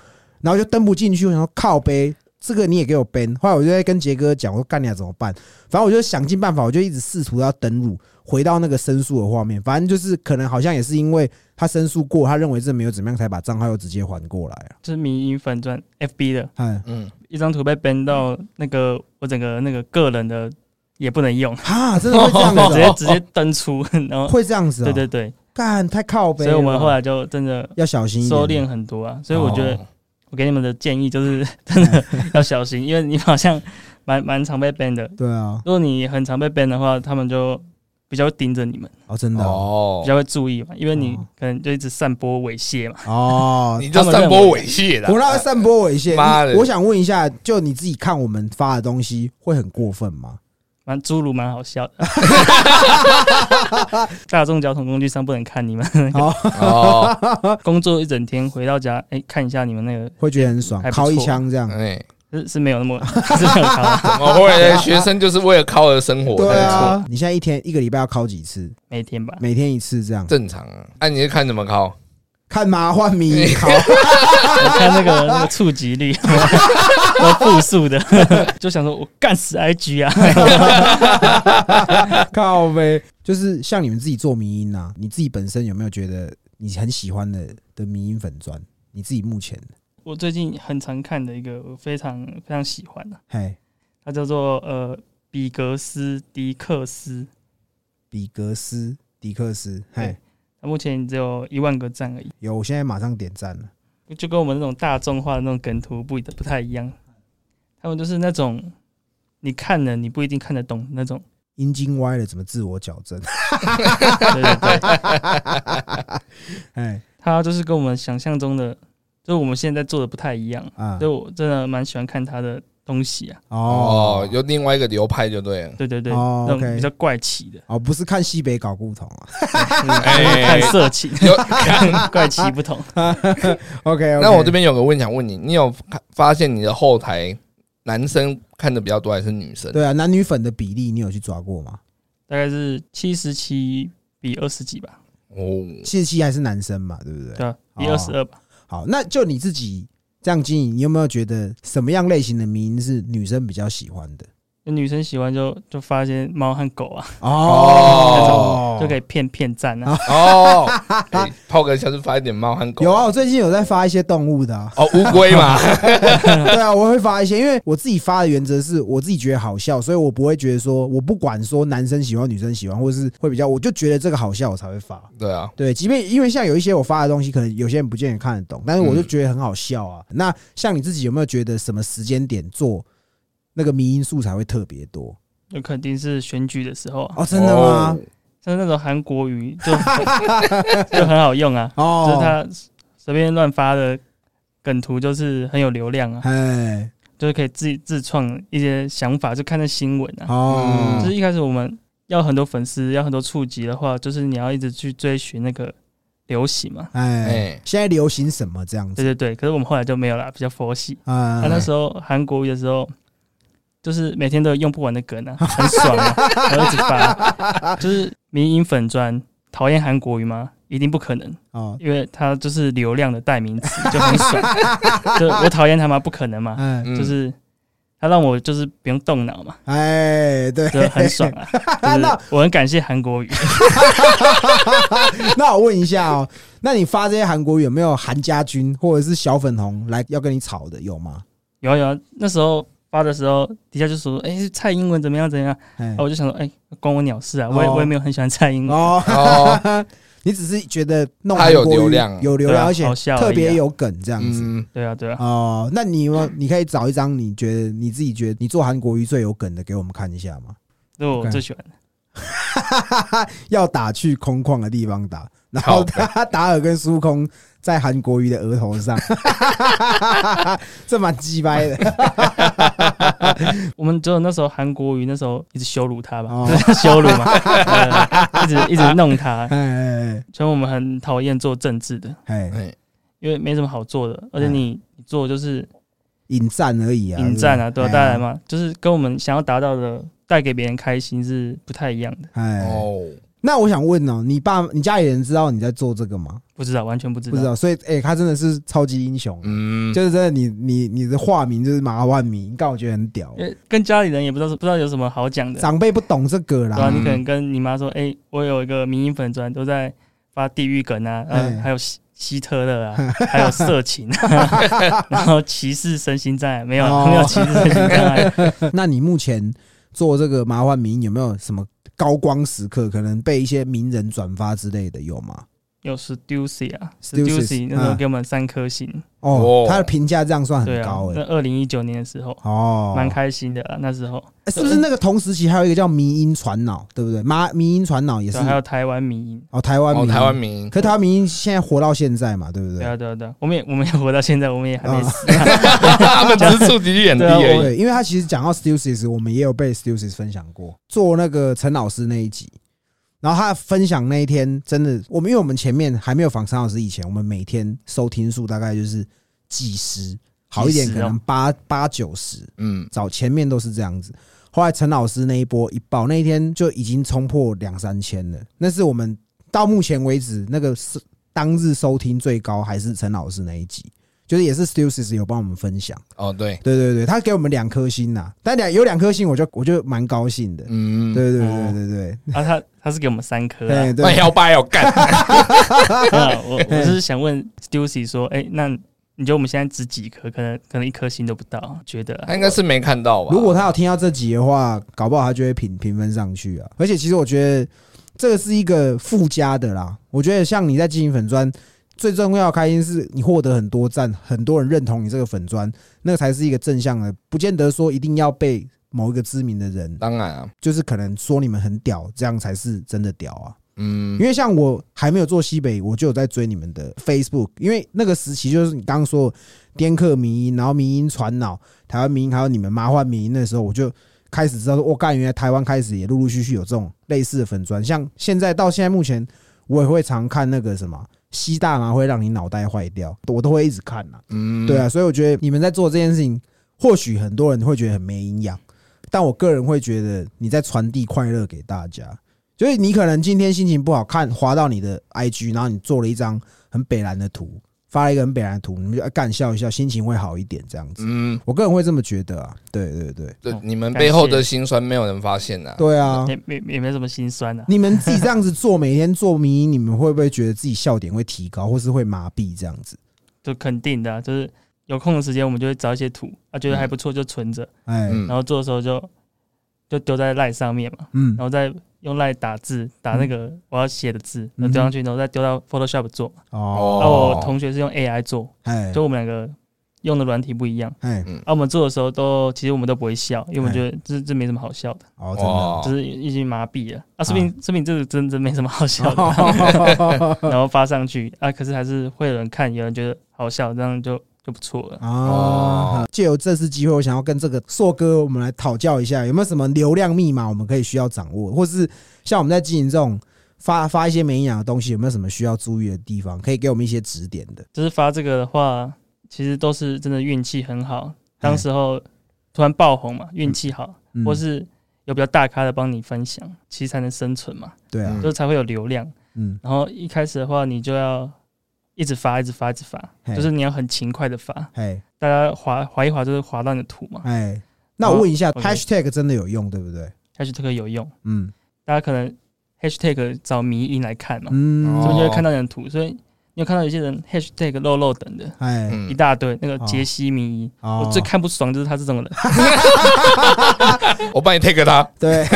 S1: 然后就登不进去，我想说靠呗。这个你也给我 ban，后来我就在跟杰哥讲，我说干你、啊、怎么办？反正我就想尽办法，我就一直试图要登入，回到那个申诉的画面。反正就是可能好像也是因为他申诉过，他认为这没有怎么样，才把账号又直接还过来啊。
S3: 就是迷因粉钻 FB 的
S1: 哎，
S2: 嗯，
S3: 一张图被 ban 到那个我整个那个个人的也不能用，
S1: 哈，真的会这样子
S3: 直
S1: 哦、
S3: 接直接登出，然后
S1: 会这样子、哦
S3: 对对对，
S1: 干太靠背了。
S3: 所以我们后来就真的
S1: 要小心一点，
S3: 收敛很多啊。所以我觉得
S2: 哦
S3: 我给你们的建议就是 真的要小心，因为你好像蛮蛮常被 ban 的。
S1: 对啊，
S3: 如果你很常被 ban 的话，他们就比较会盯着你们，
S1: 哦，真的哦，
S2: 哦
S3: 比，较会注意嘛，因为你
S1: 哦
S3: 可能就一直散播猥亵嘛。
S1: 哦
S2: 你就散播猥亵
S1: 我让
S2: 了
S1: 他。散播猥亵。
S2: 妈的
S1: 我想问一下，就你自己看我们发的东西，会很过分吗？
S3: 蛮侏儒蛮好 笑的，大众交通工具上不能看你们，
S2: 哦，
S3: 工作一整天回到家，哎、看一下你们那个
S1: 会觉得很爽，
S3: 还不错
S1: 敲一枪这样。
S2: 哎，
S3: 是是没有 那么是没有好啊，
S2: 怎 么会呢？学生就是为了靠而生活，
S1: 对
S2: 没错，
S1: 啊，你现在一天一个礼拜要敲几次？
S3: 每 天吧，
S1: 每天一次这样，
S2: 正常啊。那你是看怎么靠？
S1: 看麻幻迷敲。
S3: 我看那个那个触及率 都负数的，就想说我干死 IG 啊，
S1: 靠呗，就是像你们自己做迷音啊，你自己本身有没有觉得你很喜欢的的迷音粉砖？你自己目前，
S3: 我最近很常看的一个，我非常非常喜欢的、
S1: 嘿，
S3: 它叫做呃比格斯迪克斯，
S1: 比格斯、迪克斯，嘿
S3: 对，它目前只有一万个赞而已，
S1: 有，我现在马上点赞了。
S3: 就跟我们那种大众化的那种梗图不一不太一样，他们就是那种你看了你不一定看得懂那种，
S1: 阴茎歪了，怎么自我矫正？
S3: 对对对。
S1: 哎
S3: 他就是跟我们想象中的，就是我们现在做的不太一样，
S1: 啊
S3: 所以，我真的蛮喜欢看他的东西啊。
S1: 哦
S2: 哦，有另外一个流派就对 了。
S3: 对对对，
S1: 哦
S3: 那种
S1: OK
S3: 比较怪奇的，
S1: 哦，不是看西北搞不同啊。
S2: 哎
S3: 看，色情，
S2: 有
S3: 怪奇不同。
S1: OK，
S2: 那我这边有个问想问你，你有看发现你的后台男生看的比较多还是女生？
S1: 对啊，男女粉的比例你有去抓过吗？
S3: 大概是七十七比二十几吧，
S2: 哦，
S1: 七十七还是男生嘛，对不对？
S3: 对啊吧？
S1: 哦
S3: 比二十二吧。
S1: 好，那就你自己这样经营，你有没有觉得什么样类型的迷音是女生比较喜欢的？
S3: 那女生喜欢就就发一些猫和狗啊，
S1: 哦，
S3: 就可以骗骗赞啊。
S2: 哦，哎泡个下次发一点猫和狗。，
S1: 有啊，我最近有在发一些动物的、 啊
S2: 哦，乌 龟嘛，
S1: 对啊，我会发一些，因为我自己发的原则是我自己觉得好笑，所以我不会觉得说我不管说男生喜欢女生喜欢，或是会比较，我就觉得这个好笑我才会发。
S2: 对啊，
S1: 对，即便因为像有一些我发的东西，可能有些人不见得看得懂，但是我就觉得很好笑啊。那像你自己有没有觉得什么时间点做那个迷因素才会特别多？
S3: 就肯定是选举的时候啊，
S1: 哦，真的吗？
S3: 像那种韩国语 就就很好用啊，
S1: 哦，
S3: 就是他随便乱发的梗图就是很有流量啊。
S1: 哎，
S3: 就是可以自己自创一些想法，就看那新闻啊。
S1: 哦，
S2: 嗯
S3: 就是一开始我们要很多粉丝，要很多触及的话，就是你要一直去追寻那个流行嘛。
S2: 哦？
S1: 哎，
S2: 哎，
S1: 现在流行什么这样子？
S3: 对对对，可是我们后来就没有啦，比较佛系。
S1: 啊
S3: 那、那时候韩国语的时候，就是每天都有用不完的梗啊，很爽啊，然后一直发，就是民音粉砖。讨厌韩国语吗？一定不可能，
S1: 哦，
S3: 因为它就是流量的代名词，就很爽。就我讨厌他吗？不可能嘛，
S1: 哎
S2: 嗯
S3: 就是它让我就是不用动脑嘛，
S1: 哎，对，
S3: 就很爽啊！就是我很感谢韩国语，
S1: 那我问一下哦，那你发这些韩国语有没有韩家军或者是小粉红来要跟你吵的有吗？
S3: 有啊有啊，那时候发的时候，底下就说，哎、蔡英文怎么样怎么样，
S1: 哎
S3: 啊、我就想说，哎、关我鸟事啊，我也
S1: 哦
S3: 我也没有很喜欢蔡英文，
S1: 哦，
S2: 哦，
S1: 你只是觉得弄
S2: 他
S1: 韩
S2: 有
S1: 国
S2: 流
S1: 语
S2: 量
S1: 有流
S3: 对啊
S1: 量，而且
S3: 好笑而已啊
S1: 特别有梗这样子。
S2: 嗯，
S3: 对啊对啊，
S1: 哦，那你有没有你可以找一张你觉得你自己觉得你做韩国瑜最有梗的给我们看一下吗？
S3: 这是我
S1: OK
S3: 最喜欢的，
S1: 要打去空旷的地方打，然后
S2: 靠 北
S1: 他达尔跟孙悟空在韩国瑜的额头上， 这蛮鸡掰的。
S3: 我们只有那时候韩国瑜那时候一直羞辱他吧，
S1: 哦
S3: 羞辱嘛，呃一直一直弄
S1: 哎
S3: 他。
S1: 哎
S3: 所以我们很讨厌做政治的，
S1: 哎，哎
S2: 哎，
S3: 因为没什么好做的，而且你你做就是
S1: 引战而已啊，
S3: 引战啊，对
S1: 对
S3: 啊，
S1: 不
S3: 大家来？嘛，就是跟我们想要达到的带给别人开心是不太一样的。
S1: 哎，哎
S2: 哦，
S1: 那我想问哦，你爸、你家里人知道你在做这个吗？
S3: 不知道，完全不知
S1: 不知
S3: 道。
S1: 道，所以哎，他真的是超级英雄，
S2: 嗯，
S1: 就是真的，你你你的化名就是马万民，但我觉得很屌。
S3: 因为跟家里人也不知道不知道有什么好讲的，
S1: 长辈不懂这个
S3: 对啊，
S1: 啦，
S3: 你可能跟你妈说，哎、我有一个民营粉砖，都在发地狱梗啊，
S1: 哎
S3: 嗯，还有希希特勒啊，还有色情，啊 然后歧视身心障碍，没有、啊
S1: 哦
S3: 没有歧视身心障碍，
S1: 那你目前做这个麻烦民有没有什么高光时刻？可能被一些名人转发之类的有吗？
S3: 有 Stussy 啊
S1: Stussy，
S3: ，Stussy 那时候
S1: 嗯
S3: 给我们三颗星，
S1: 哦
S2: 哦，
S1: 他的评价这样算
S3: 对
S1: 很
S3: 啊
S1: 高，
S3: 那
S1: 诶。
S3: 二零一九年的时候。
S1: 哦，
S3: 蛮开心的、啊，那时候，
S1: 欸是不是那个同时期还有一个叫迷音传脑，对不对？麻迷音传脑也
S3: 对
S1: 是
S3: 啊，还有台湾民营，
S1: 哦，台湾
S2: 哦，
S1: 迷
S2: 台湾，名
S1: 可台湾迷音现在活到现在嘛，对不
S3: 对
S1: 对？
S3: 啊，对啊，对啊，我们也我们也活到现在，我们也还没
S1: 啊
S3: 死啊、
S2: 他们只是触及率很低
S3: 对
S2: 而
S3: 啊
S2: 已。
S1: 对，因为他其实讲到 Stussy，我们也有被 Stussy 分享过，做那个陈老师那一集。然后他分享那一天，真的，我们因为我们前面还没有访陈老师以前，我们每天收听数大概就是几十，好一点
S3: 几
S1: 可
S3: 十哦
S1: 能八八九十，
S2: 嗯，
S1: 早前面都是这样子。后来陈老师那一波一爆，那一天就已经冲破两三千了，那是我们到目前为止那个是当日收听最高，还是陈老师那一集，就是也是 Stussy 有帮我们分享，
S2: 哦，对，
S1: 对对对，他给我们两颗星呐、但两有两颗星我就我就蛮高兴的，
S2: 嗯，
S1: 对对对对对
S3: 啊，他他是给我们三颗、 啊，
S1: 对
S2: 那
S1: 对，
S2: 摇摆哦，干，
S3: 对 啊，我我就是想问 Stussy 说，哎、那你觉得我们现在值几颗？可能可能一颗星都不到，觉得
S1: 哎
S3: 啊、
S2: 他应该是没看到吧？
S1: 如果他有听到这集的话，搞不好他就会评评分上去啊。而且其实我觉得这个是一个附加的啦。我觉得像你在经营粉砖，最重要的开心是你获得很多赞，很多人认同你这个粉砖，那个才是一个正向的，不见得说一定要被某一个知名的人，
S2: 当然啊，
S1: 就是可能说你们很屌，这样才是真的屌啊。
S2: 嗯
S1: 因，为像我还没有做西北，我就有在追你们的 Facebook，因为那个时期就是你刚刚说的颠克迷音，然后迷音传脑，台湾迷音，还有你们麻幻迷音，那时候我就开始知道说，我、干，原来台湾开始也陆陆续续有这种类似的粉砖，像现在到现在目前，我也会常看那个什么吸大麻会让你脑袋坏掉，我都会一直看啊。
S2: 嗯，
S1: 对啊，所以我觉得你们在做这件事情，或许很多人会觉得很没营养，但我个人会觉得你在传递快乐给大家。所以你可能今天心情不好看，滑到你的 IG，然后你做了一张很北蓝的图，发了一个很北蓝的图，你们就啊干笑一笑，心情会好一点这样子。
S2: 嗯，
S1: 我个人会这么觉得啊，对对对，
S2: 对
S3: 哦，
S2: 你们
S3: 感谢
S2: 背后的辛酸没有人发现呐。
S1: 对啊。
S3: 也没也没什么心酸的、啊。
S1: 你们自己这样子做，每天做迷，你们会不会觉得自己笑点会提高，或是会麻痹这样子？
S3: 就肯定的啊、就是有空的时间我们就会找一些图，啊，觉得
S1: 嗯
S3: 还不错就存着，
S1: 哎，
S2: 嗯
S3: 然，后做的时候就就丢在赖上面嘛，
S1: 嗯
S3: 然，后再用赖打字，打那个我要写的字，然后丢上去，然后再丢到 Photoshop 做嘛。
S1: 哦，
S3: 然后我同学是用 AI 做，
S1: 哎
S3: 就，我们两个用的软体不一样。
S1: 哎，
S2: 嗯
S3: 啊，我们做的时候都其实我们都不会笑，因为我们觉得这这没什么好笑的，
S1: 哦，真的，
S2: 哇，
S3: 就是已经麻痹了啊，说明说明这个真真没什么好笑
S1: 哦
S3: 的，
S2: 哦
S3: 然后发上去啊，可是还是会有人看，有人觉得好笑，这样就就不错了。
S1: 啊
S2: 哦，
S1: 借由这次机会，我想要跟这个硕哥我们来讨教一下，有没有什么流量密码我们可以需要掌握，或是像我们在经营这种发发一些没营养的东西，有没有什么需要注意的地方，可以给我们一些指点的？
S3: 就是发这个的话，其实都是真的运气很好，当时候突然爆红嘛，运气好，
S1: 嗯
S3: 或是有比较大咖的帮你分享，其实才能生存嘛，
S1: 对啊
S2: 嗯，
S3: 就是才会有流量。
S1: 嗯，
S3: 然后一开始的话，你就要一直发，一直发，一直发，
S1: 嘿
S3: 就是你要很勤快的发。
S1: 哎
S3: 大家滑滑一滑就是滑到你的图嘛，
S1: 哎，那我问一下
S3: 好
S1: ，#hashtag 真的有用，对不对？
S3: 下去这个有用。
S1: 嗯
S3: 大家可能 hashtag 找迷因来看嘛，
S1: 嗯
S3: 所以
S2: 哦
S3: 就会看到你的图。所以你有看到有些人 hashtag 肉肉等的
S1: 哎，
S3: 一
S2: 嗯，
S3: 大堆，那个杰西迷因，
S1: 哦
S3: 我最看不爽就是他这种 人。
S2: 我帮你 take 他。
S1: 对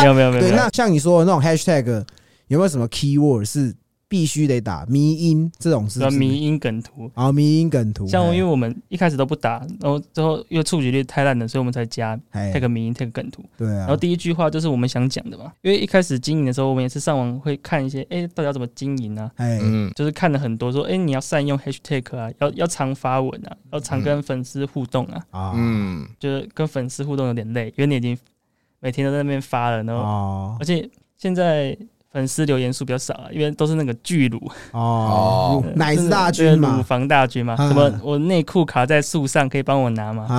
S3: 没有没有没有
S1: 对，
S3: 没有
S1: 那，像你说的那种 #hashtag 有没有什么 keyword 是必须得打迷音这种是
S3: 对啊，
S1: 不是
S3: 迷音梗图。
S1: 然后迷音梗图，
S3: 像因为
S1: 为
S3: 我们一开始都不打，然后最后因为触及率太烂了，所以我们才加
S1: 嗯
S3: tag 迷音 tag 梗图。
S1: 对
S3: 然后
S1: 啊，
S3: 第一句话就是我们想讲的嘛，因为一开始经营的时候，我们也是上网会看一些，哎，到底要怎么经营啊？
S1: 哎，
S2: 嗯，
S3: 就是看了很多说，哎，你要善用 hashtag 啊，要要常发文啊，要
S1: 嗯
S3: 常跟粉丝互动啊，
S1: 啊，
S2: 嗯，
S3: 就是跟粉丝互动有点累，因为你已经每天都在那边发了，然后、
S1: 哦
S3: 而且现在粉丝留言数比较少啊，因为都是那个巨乳，
S1: 哦，奶子大
S3: 就是
S1: 军
S3: 那个乳
S1: 嘛，
S3: 房大军嘛，
S1: 嗯
S3: 什么我内裤卡在树上，可以帮我拿吗？
S1: 啊，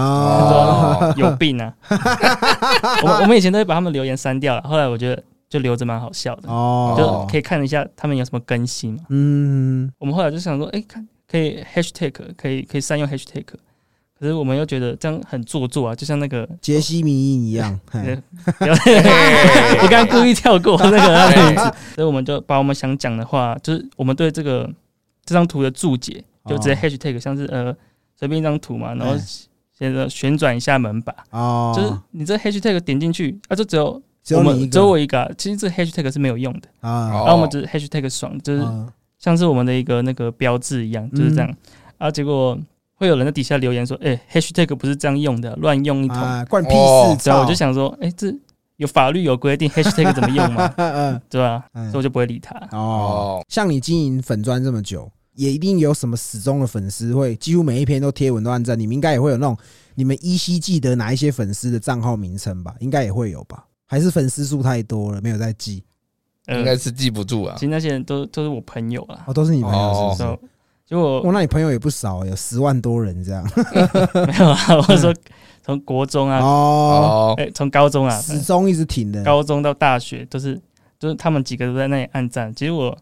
S2: 哦，
S3: 有病啊！ 我们我们以前都会把他们留言删掉了，后来我觉得就留着蛮好笑的，就
S1: 哦，
S3: 可以看一下他们有什么更新嘛。
S1: 嗯，
S3: 我们后来就想说，哎、看可以 hashtag，可以可以善用 hashtag，可是我们又觉得这样很做作啊，就像那个
S1: 杰西迷音一样，嘿
S3: 不要我刚刚故意跳过那个他
S1: 哎
S3: 的
S2: 哎
S3: 名字，所以我们就把我们想讲的话，就是我们对这个这张图的注解，就
S1: 哦
S3: 直接 hashtag，像是呃随便一张图嘛，然后
S1: 哎
S3: 现在旋转一下门把，
S1: 哦，
S3: 就是你这 hashtag 点进去，啊，就只有
S1: 只
S3: 我
S1: 有
S3: 们
S1: 你一
S3: 只有
S1: 个
S3: 我一个啊、其实这个 hashtag 是没有用的，
S1: 啊，
S3: 然后我们只是 hashtag 爽，就是
S1: 啊
S3: 像是我们的一个那个标志一样，就是这样、
S1: 嗯
S3: 啊。结果会有人在底下留言说，哎、h a s h t a g 不是这样用的，乱用一通。
S1: 啊，关你屁
S2: 哦
S1: 事，
S3: 所以我就
S1: 操，
S3: 想说，哎、这有法律有规定 hashtag 怎么用嘛，
S1: 嗯
S3: 对吧、
S1: 嗯
S3: 所以我就不会理他。
S1: 嗯，哦，
S2: 哦，
S1: 像你经营粉砖这么久，也一定有什么死忠的粉丝会几乎每一篇都贴文都按赞，你们应该也会有那种你们依稀记得哪一些粉丝的账号名称吧？应该也会有吧？还是粉丝数太多了没有在记？
S2: 应
S3: 呃，
S2: 该是记不住啊
S3: 其。实那些人都都是我朋友啦，
S1: 哦，都是你朋友是不
S3: 所
S1: 是？
S3: 以结 果
S1: 哦，那你朋友也不少，有十万多人这 样
S3: 没有啊，我说从国中啊，
S1: 哦，
S2: 哦，
S3: 哎、从高中啊，哎
S1: 始终一直挺的
S3: 高中到大学都是就是他们几个都在那里暗赞。其实我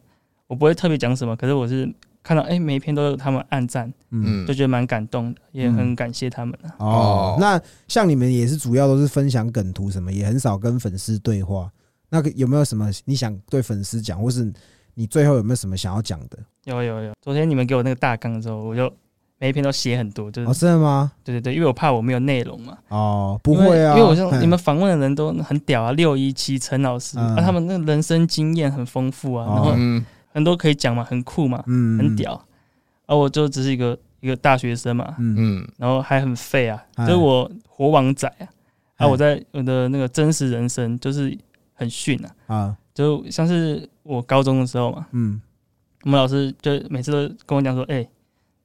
S3: 我不会特别讲什么，可是我是看到哎、每一篇都有他们暗赞，
S1: 嗯
S2: 嗯
S3: 就，觉得蛮感动的，也很感谢他们啊。
S1: 哦
S2: 哦，
S1: 那像你们也是主要都是分享梗图什么，也很少跟粉丝对话。那个有没有什么你想对粉丝讲，或是你最后有没有什么想要讲的？
S3: 有有有，昨天你们给我那个大纲的时候，我就每一篇都写很多，就是、
S1: 哦，真的吗？
S3: 对对对，因为我怕我没有内容嘛。
S1: 哦，不会啊，
S3: 因为因为我像
S1: 嘿
S3: 你们访问的人都很屌啊，六一七陈老师、
S1: 嗯
S3: 啊，他们那个人生经验很丰富啊，
S1: 哦
S3: 然后
S2: 嗯，
S3: 很多可以讲嘛，很酷嘛，
S1: 嗯
S3: 很，屌。而、我就只是一个一个大学生嘛，
S1: 嗯
S2: 嗯，
S3: 然后还很废啊，
S1: 哎
S3: 就是我活王仔啊，
S1: 哎
S3: 啊，我在我的那个真实人生就是很逊啊，
S1: 啊，
S3: 就像是我高中的时候嘛，
S1: 嗯，
S3: 我们老师就每次都跟我讲说，哎、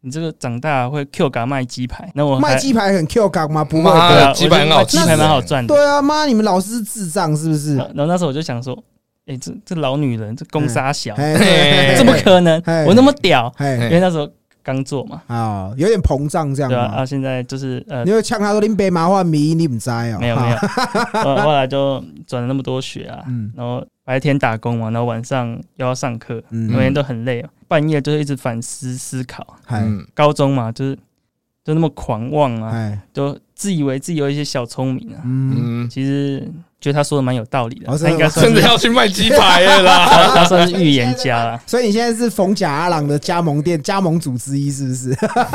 S3: 你这个长大会 Q 嘎卖鸡排，那我还
S1: 卖鸡排很 Q 港吗？不会
S2: 妈
S3: 对
S1: 吧，
S2: 的
S3: 啊，
S2: 鸡排很好
S3: 我觉得卖鸡排
S2: 吃
S3: 蛮好
S2: 欸
S3: 赚的。
S1: 对啊，妈，你们老师是智障是不是
S3: 然？后然后那时候我就想说，哎、这这老女人这公杀小，
S1: 嘿
S3: 怎么可能
S1: 哎？
S3: 我那么屌，因
S1: 嘿，
S3: 为那时候刚做嘛，
S1: 啊，有点膨胀这样
S3: 对吧、啊？
S1: 吗？
S3: 啊，现在就是呃
S1: 你。会呛他说你北麻换迷，你不知哦？
S3: 没有没有，我后来就转了那么多学啊，
S1: 嗯
S3: 然后白天打工嘛，然后晚上又要上课，
S1: 嗯
S3: 每天都很累、啊，半夜就是一直反思思考。
S1: 嗨
S2: 嗯
S3: 高中嘛，就是就那么狂妄啊，
S1: 嗨，
S3: 就自以为自己有一些小聪明啊，
S1: 嗯，
S2: 嗯，
S3: 其实觉得他说的蛮有道理的，
S1: 哦真的
S3: 他应该
S1: 吗。
S3: 算
S2: 真的
S3: 是
S2: 要去卖鸡排了啦。
S3: 他他算是预言家啦
S1: 所以你现在是冯甲阿郎的加盟店加盟组之一，是不 是？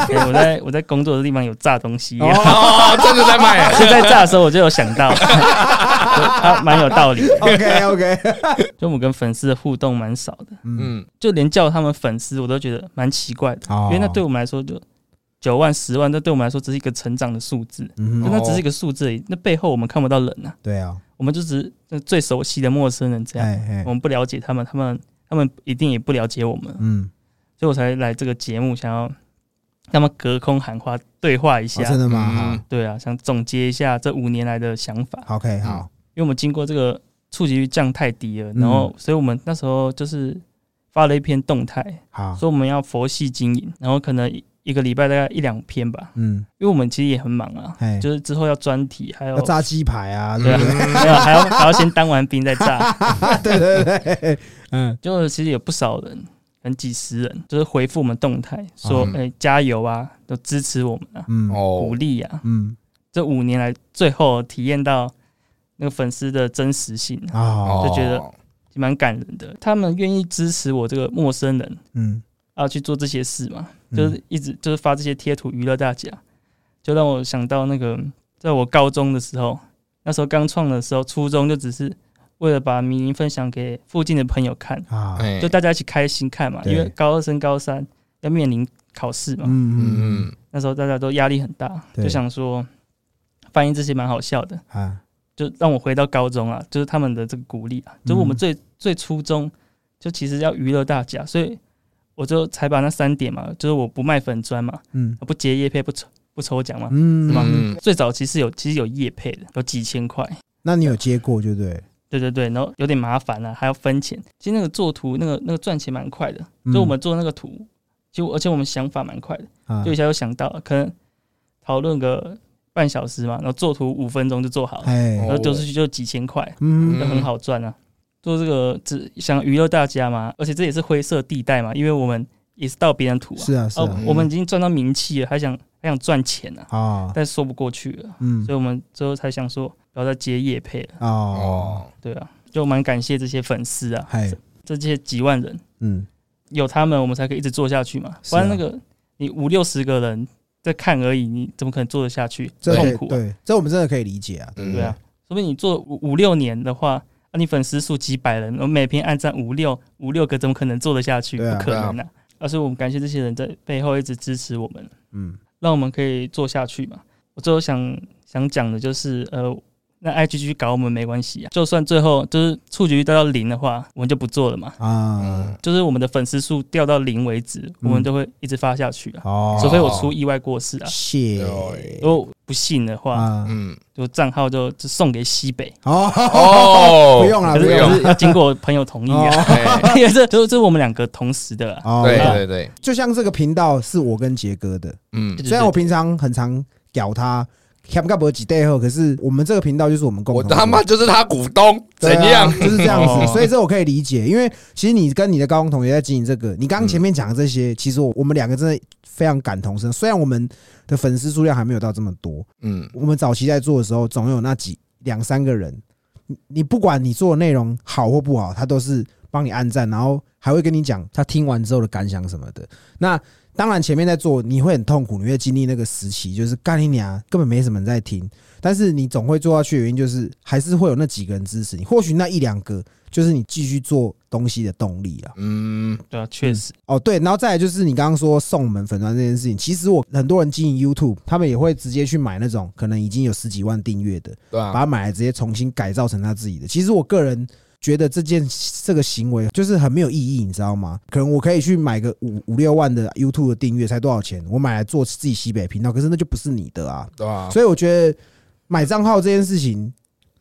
S3: 对哎我在我在工作的地方有炸东西、啊，
S2: 哦，真的在卖，
S3: 就在炸的时候我就有想到，就他蛮有道理的。
S1: OK OK，
S3: 就我跟粉丝的互动蛮少的，
S1: 嗯，
S2: 嗯，
S3: 就连叫他们粉丝我都觉得蛮奇怪的。
S1: 哦
S3: 因为那对，我们来说就九万、十万，那对我们来说只是一个成长的数字，
S1: 嗯
S3: 就
S1: 哼
S3: 那只是一个数字而已。那背后我们看不到人啊，
S1: 对啊，
S3: 我们就只是那最熟悉的陌生人这样，
S1: 哎
S3: 啊我
S1: 哎，
S3: 们不了解他们，他们他们一定也不了解我们，
S1: 嗯，
S3: 所以我才来这个节目，想要让他们隔空喊话对话一
S1: 哦
S3: 下
S1: 真。的吗？
S3: 对啊，想总结一下这五年来的想法，
S1: 好，OK，好，
S3: 因为我们经过这个触及率降太低了，然后所以我们那时候就是发了一篇动态，
S1: 好，
S3: 说我们要佛系经营，然后可能一一个礼拜大概一两篇吧，
S1: 嗯，
S3: 因为我们其实也很忙啊
S1: 嘿，
S3: 就是之后要专题，还有
S1: 哎要炸鸡排啊，对
S3: 对啊， 没有还要还要先当完兵再炸，
S1: 对对对，嗯，
S3: 就其实有不少人，可能几十人，就是回复我们动态说，
S2: 嗯
S3: 哎、加油啊，都支持我们啊，
S1: 嗯，
S2: 哦
S3: 鼓，励啊。
S1: 嗯，
S3: 这五年来，最后体验到那个粉丝的真实性啊，
S2: 哦
S1: 啊，
S3: 就觉得蛮感人的。他们愿意支持我这个陌生人
S1: 嗯，
S3: 啊去做这些事嘛，
S1: 嗯
S3: 就是一直就是发这些贴图娱乐大家，就让我想到那个，在我高中的时候，那时候刚创的时候，初中就只是为了把迷音分享给附近的朋友看，
S1: 啊，
S2: 哎
S3: 就大家一起开心看嘛，
S1: 对
S3: 因为高二升高三要面临考试嘛，
S1: 嗯嗯
S2: 嗯嗯，
S3: 那时候大家都压力很大，
S1: 对
S3: 就想说翻译这些蛮好笑的，
S1: 啊，
S3: 就让我回到高中啊，就是他们的这个鼓
S1: 嗯
S3: 励啊，就是我们最、最初衷就其实要娱乐大家，所以我就才把那三点嘛，就是我不卖粉砖嘛，
S1: 嗯
S3: 不接叶配，不抽不抽奖嘛。
S1: 嗯
S3: 是吗
S1: 嗯，
S2: 嗯
S3: 最早其实有其实有叶配的，有几千块，
S1: 那你有接过就对了，
S3: 对对对，然后有点麻烦啊，还要分钱。其实那个做图那个那个赚钱蛮快的，
S1: 嗯
S3: 就我们做那个图，就而且我们想法蛮快的，
S1: 啊
S3: 就一下就想到了，可能讨论个半小时嘛，然后做图五分钟就做好了，
S1: 哎
S3: 然后丢出去就几千块，
S1: 嗯
S3: 就很好赚啊。做这个只想娱乐大家嘛，而且这也是灰色地带嘛，因为我们也是盗别人图啊，
S1: 是啊是
S3: 哦
S1: 啊，
S3: 我们已经赚到名气了，还想还想赚钱啊，
S1: 啊
S3: 但说不过去了，
S1: 嗯
S3: 所以我们最后才想说不要再接叶配了，
S1: 哦
S2: 哦，
S3: 对啊，就蛮感谢这些粉丝啊，
S1: 嗨
S3: 这些几万人，
S1: 嗯
S3: 有他们我们才可以一直做下去嘛，
S1: 是
S3: 不
S1: 啊
S3: 然那个你五六十个人在看而已，你怎么可能做得下去？
S1: 这
S3: 痛
S1: 对
S3: 苦、啊，
S1: 对这我们真的可以理解啊，
S2: 嗯
S3: 对啊，，说不定你做五五六年的话。啊、你粉丝数几百人，我每篇按赞五六五六个，怎么可能做得下去？
S1: 对啊
S3: 不可能的、啊。而是我们感谢这些人在背后一直支持我们，
S1: 嗯
S3: 让我们可以做下去嘛。我最后想想讲的就是，呃，那 IGG 搞我们没关系啊，就算最后就是触及率掉到零的话，我们就不做了嘛。
S1: 啊
S2: 嗯
S3: 就是我们的粉丝数掉到零为止，我们都会一直发下去啊，
S1: 嗯哦，
S3: 除非我出意外过世啊。
S1: 谢
S2: 对
S3: 如果不信的话，
S1: 啊
S2: 嗯，
S3: 就账号就就送给西北，
S1: 哦，
S2: 哦，
S1: 不用了
S3: 可
S1: 不
S3: 是
S1: 用
S3: 可
S1: 啦
S3: 是要经过我朋友同意啊，
S2: 哎
S3: 因为这这这是我们两个同时的啊。
S1: 哦
S2: 对
S1: 那
S2: 对对，
S1: 就像这个频道是我跟杰哥的，
S2: 嗯
S3: 对，对
S1: 虽然我平常很常屌他。看不干几代后，可是我们这个频道就是我们共
S2: 我
S1: 同的。
S2: 他妈就是他股东，怎
S1: 对啊
S2: 样？
S1: 就是这样
S3: 哦
S1: 子，所以这我可以理解，因为其实你跟你的高中同学在经营这
S2: 嗯
S1: 个，你刚刚前面讲的这些，其实我我们两个真的非常感同身。虽然我们的粉丝数量还没有到这么多，
S2: 嗯，
S1: 我们早期在做的时候，总有那几两三个人，你你不管你做的内容好或不好，他都是帮你按赞，然后还会跟你讲他听完之后的感想什么的。那当然前面在做你会很痛苦，你会经历那个时期，就是干你娘根本没什么人在听，但是你总会做下去的原因就是还是会有那几个人支持你，或许那一两个就是你继续做东西的动力啊。
S2: 嗯，
S3: 对啊，确实，
S1: 哦，对，然后再来就是你刚刚说送门粉砖这件事情，其实我很多人经营 YouTube，他们也会直接去买那种可能已经有十几万订阅的，
S2: 对
S1: 把
S2: 啊，
S1: 它买来直接重新改造成他自己的。其实我个人觉得这件这个行为就是很没有意义，你知道吗？可能我可以去买个五五六万的 YouTube 的订阅，才多少钱？我买来做自己西北频道，可是那就不是你的啊。
S2: 对啊，
S1: 所以我觉得买账号这件事情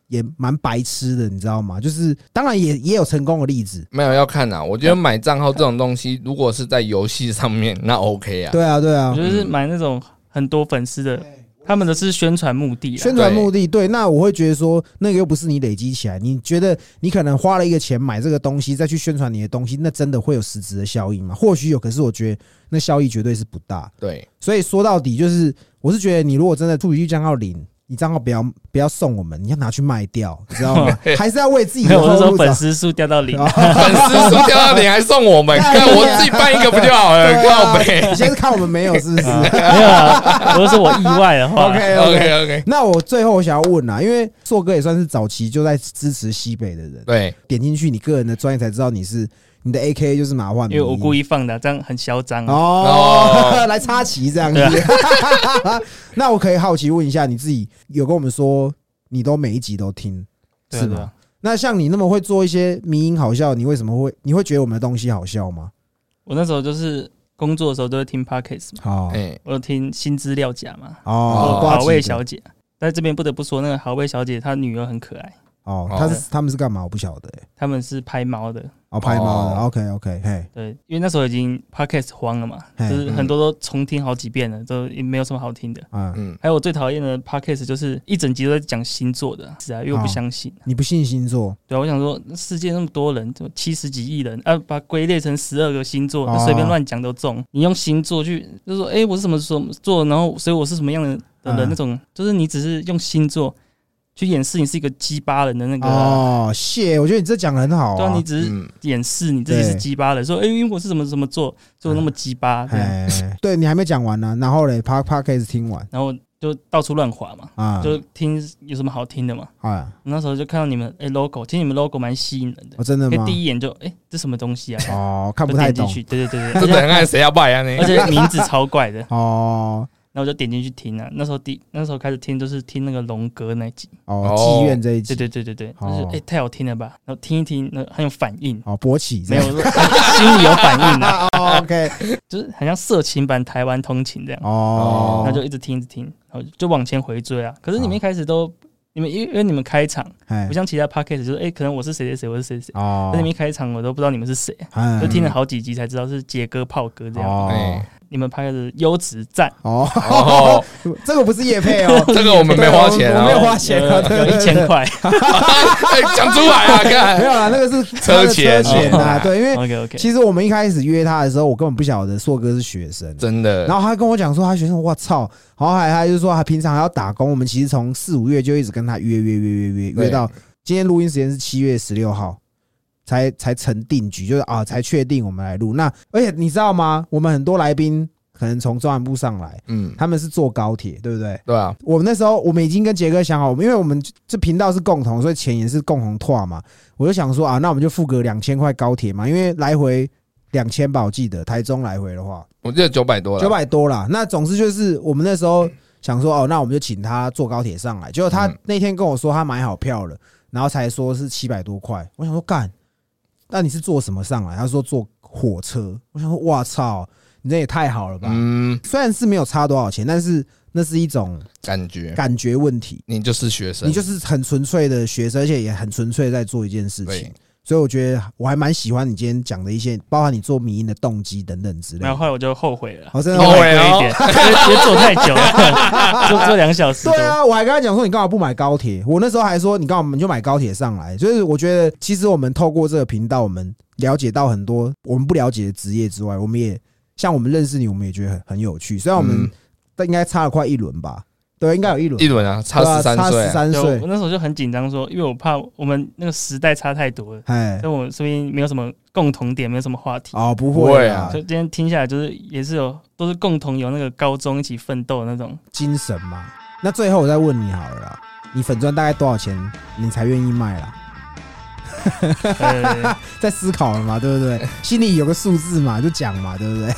S1: 也蛮白痴的，你知道吗？就是当然也也有成功的例子。
S2: 没有要看呐。我觉得买账号这种东西，如果是在游戏上面，那 OK 啊。
S1: 对啊，对啊
S3: 我觉，得是买那种很多粉丝的，他们的是宣传目的啊。
S1: 宣传目的对，那我会觉得说，那个又不是你累积起来，你觉得你可能花了一个钱买这个东西，再去宣传你的东西，那真的会有实质的效益吗？或许有，可是我觉得那效益绝对是不大。
S2: 对，
S1: 所以说到底就是，我是觉得你如果真的处于账号零，你账号不要不要送我们，你要拿去卖掉，你知道 吗？还是要为自己
S3: 没
S1: 的啊哦
S3: 有，
S1: 后
S3: 我是说
S1: 路
S3: 粉
S1: 着
S3: 丝数掉到 零，
S1: 想。
S2: 粉丝数掉到你还送我们，
S1: 对
S2: 看我自己办一个不就好了？
S1: 对啊
S2: 靠背
S1: 你现在是看我们没有是不 是
S3: 没有啊，我是说我意外的话，
S1: ？OK OK。
S2: ，OK OK，
S1: 那我最后想要问啊，因为硕哥也算是早期就在支持西北的人，
S2: 对，
S1: 点进去你个人的专业才知道你是你的 A K A 就是马焕明，
S3: 因为我故意放的啊，这样很嚣张啊。
S1: 哦
S2: 哦
S1: 来插旗这样子。
S3: 啊
S1: 那我可以好奇问一下，你自己有跟我们说你都每一集都听
S3: 对啊
S1: 是
S3: 对
S1: 吗
S3: 啊？
S1: 那像你那么会做一些迷音好笑，你为什么会你会觉得我们的东西好笑吗？
S3: 我那时候就是工作的时候都会听 Podcast 嘛，
S1: 好
S2: 哎，
S3: 我有听新资料夹嘛，
S1: 哦
S2: 哦，
S1: 瓜
S3: 好
S1: 子
S3: 味
S1: 的
S3: 小姐。在这边不得不说，那个好味小姐她女儿很可爱，
S1: 哦，
S2: 哦
S1: 他是他们是干嘛？我不晓得欸。
S3: 他们是拍猫的，
S1: 哦，拍猫的
S2: 哦
S1: ，OK OK，嘿，
S3: 对，因为那时候已经 podcast 荒了嘛，
S1: 嘿嗯
S3: 就是很多都重听好几遍了，都也没有什么好听的。
S1: 啊，
S2: 嗯，
S3: 还有我最讨厌的 podcast 就是一整集都在讲星座的，是啊，因为我不相信。
S1: 你不信星座？
S3: 对啊，我想说世界那么多人，就七十几亿人，啊，把它归类成十二个星座，
S1: 哦
S3: 那随便乱讲都中。你用星座去就说，哎、我是什么什么座，然后所以我是什么样的的人，
S1: 嗯
S3: 那种就是你只是用星座去掩饰你是一个鸡巴人的那个啊、
S1: 哦，谢，我觉得你这讲的很好
S3: 对啊，
S1: 啊
S3: 你。只是
S2: 嗯
S3: 掩饰你自己是
S1: 对
S3: 鸡巴人，说哎、因为我是什么什么座，所以我那么鸡巴这样。
S1: 哎，对你还没讲完呢，然后嘞，啪啪开始听完。
S3: 然后就到处乱滑嘛，
S1: 啊，
S3: 就听有什么好听的嘛。
S1: 啊，
S3: 那时候就看到你们哎、logo，其实你们 logo 蛮吸引人的，
S1: 哦，真的
S3: 可以
S1: 吗？
S3: 第一眼就哎、这什么东西啊，
S1: 哦，看
S3: 就
S1: 不太
S3: 点进
S1: 懂
S3: 去，对对对
S1: 嗯
S3: 对，
S2: 真的很爱谁要拜 啊
S3: 而
S2: 你？
S3: 且而且名字超怪的，
S1: 哦
S3: 然后我就点进去听啊。那时候第那时候开始听就是听那个龙哥那一集，
S1: 哦，
S2: 哦
S1: 妓院这一集，
S3: 对对对对对，就是
S1: 哦
S3: 哎、太好听了吧，然后听一听，那很有反 应，
S1: 哦，勃起这
S3: 没有
S1: 样
S3: 心里有反应啊，
S1: 啊哦，OK，
S3: 就是很像色情版台湾通勤这样。
S1: 哦，
S3: 然后就一直听，一直听，然后就往前回追啊。可是你们一开始都，你们因为因为你们开场
S1: 哎
S3: 不像其他 podcast，就是哎、可能我是谁谁谁，我是谁谁谁，
S1: 哦
S3: 但你们一开场我都不知道你们是谁，啊
S1: 嗯
S3: 就听了好几集才知道是杰哥、炮哥这样。
S1: 哦
S2: 哎
S3: 你们 podcast 优质赞，
S1: 哦
S2: 哦，
S1: 这个不是叶配哦，
S2: 这个我们没花钱
S1: 我没有
S2: 啊，
S1: 花钱啊
S3: 有
S1: 对
S3: 有
S1: 对
S3: 一
S1: 对
S3: 千块。
S2: 哎 讲出来 啊，
S1: 没
S2: 看
S1: 有啦，那个是
S2: 车
S1: 钱
S2: 钱
S1: 钱啊，
S2: 哦
S1: 对， 因为
S3: OK OK，
S1: 其实我们一开始约他的时候，我根本不晓得硕哥是学生。
S2: 真的
S1: 然，后他跟我讲说他学生，我操！然后还他就说他平常还要打工，我们其实从四五月就一直跟他约约约约约约
S2: 对
S1: 到今天录音时间是七月十六号，才才成定局，就是啊才确定我们来录。那而且你知道吗？我们很多来宾可能从中南部上来，
S2: 嗯，
S1: 他们是坐高铁，对不对？
S2: 对啊，
S1: 我们那时候我们已经跟杰哥想好，我们因为我们这频道是共同，所以钱也是共同拓嘛。我就想说啊，那我们就付个两千块高铁嘛，因为来回两千吧，我记得台中来回的话
S2: 我记得九百多了，
S1: 九百多啦。那总之就是我们那时候想说哦，那我们就请他坐高铁上来。结果他
S2: 嗯
S1: 那天跟我说他买好票了，然后才说是七百多块。我想说干，那你是坐什么上来？他说坐火车。我想说哇操，你这也太好了吧！
S2: 嗯，
S1: 虽然是没有差多少钱，但是那是一种
S2: 感觉
S1: 感觉问题。
S2: 你就是学生，
S1: 你就是很纯粹的学生，而且也很纯粹在做一件事情
S2: 对。，
S1: 所以我觉得我还蛮喜欢你今天讲的一些，包含你做迷因的动机等等之类
S3: 然后
S1: 的。
S3: 后来我就后悔了，
S1: 哦 真的
S3: 因为
S1: 后
S2: 悔
S3: 贵
S2: 哦
S3: 一点，因为坐太 久了，坐坐两小时多
S1: 对。啊，我还跟他讲说你干嘛不买高铁？我那时候还说你干嘛我们就买高铁上来。就是我觉得其实我们透过这个频道，我们了解到很多我们不了解的职业之外，我们也像我们认识你，我们也觉得很很有趣。虽然我们
S2: 嗯
S1: 应该差了快一轮吧，对，应该有一轮，
S2: 一轮啊，差
S1: 对啊
S2: 十三
S1: 差
S2: 岁
S1: 十
S2: 啊，
S1: 三
S3: 就我
S1: 岁，
S3: 那时候就很紧张，说因为我怕我们那个时代差太多了，
S1: 哎，
S3: 所以我身边没有什么共同点，没有什么话题。
S1: 哦，不
S2: 不
S1: 会
S2: 会
S1: 啊
S2: 啊
S3: 所，以今天听下来，就是也是有都是共同有那个高中一起奋斗的那种。
S1: 精神嘛。那最后我再问你好了啦，你粉钻大概多少钱你才愿意卖啦？
S3: 呃，
S1: 在思考了嘛，对不对？心里有个数字嘛，就讲嘛，对不对？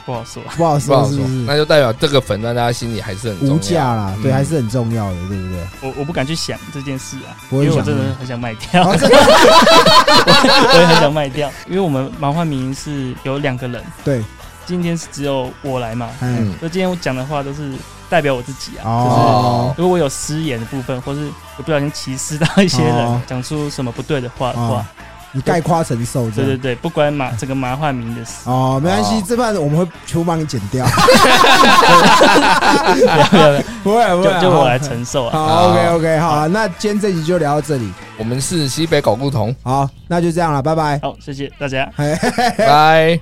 S3: 不好说。
S1: 不好
S2: 不
S1: 说
S2: 好
S1: 是
S2: 说
S1: 不，是？
S2: 那就代表这个粉在大家心里还是很
S1: 无
S2: 重要
S1: 价啦，对，
S2: 嗯
S1: 还是很重要的，对不对？
S3: 我我不敢去想这件事啊，
S1: 不
S3: 因
S1: 会
S3: 为我
S1: 想
S3: 真的
S1: 吗
S3: 很想卖掉，
S1: 哦真
S3: 我也很想卖掉。因为我们麻幻民是有两个人，
S1: 对，
S3: 今天是只有我来嘛，
S1: 嗯，
S2: 嗯，
S3: 所以今天我讲的话都是代表我自己啊，就是。
S1: 哦，
S3: 如果我有失言的部分，或是我不小心歧视到一些
S1: 哦
S3: 人，讲出什么不对的话的
S1: 哦
S3: 话，
S1: 你概括承受这
S3: 对对
S1: 样。
S3: 对，不关麻这个麻幻民的 事，
S1: 哦，没关系
S2: 哦，
S1: 这半我们会全部帮你剪掉，
S3: 不要不要不要
S1: 不会不会啊，
S3: 就就我来
S1: 好
S3: 承受啊。
S1: 好
S2: 好
S1: ，OK OK，好了，那今天这集就聊到这里，
S2: 我们是西北搞不同，
S1: 好，那就这样了，拜拜。哎
S3: 好，谢谢大家。
S2: 拜。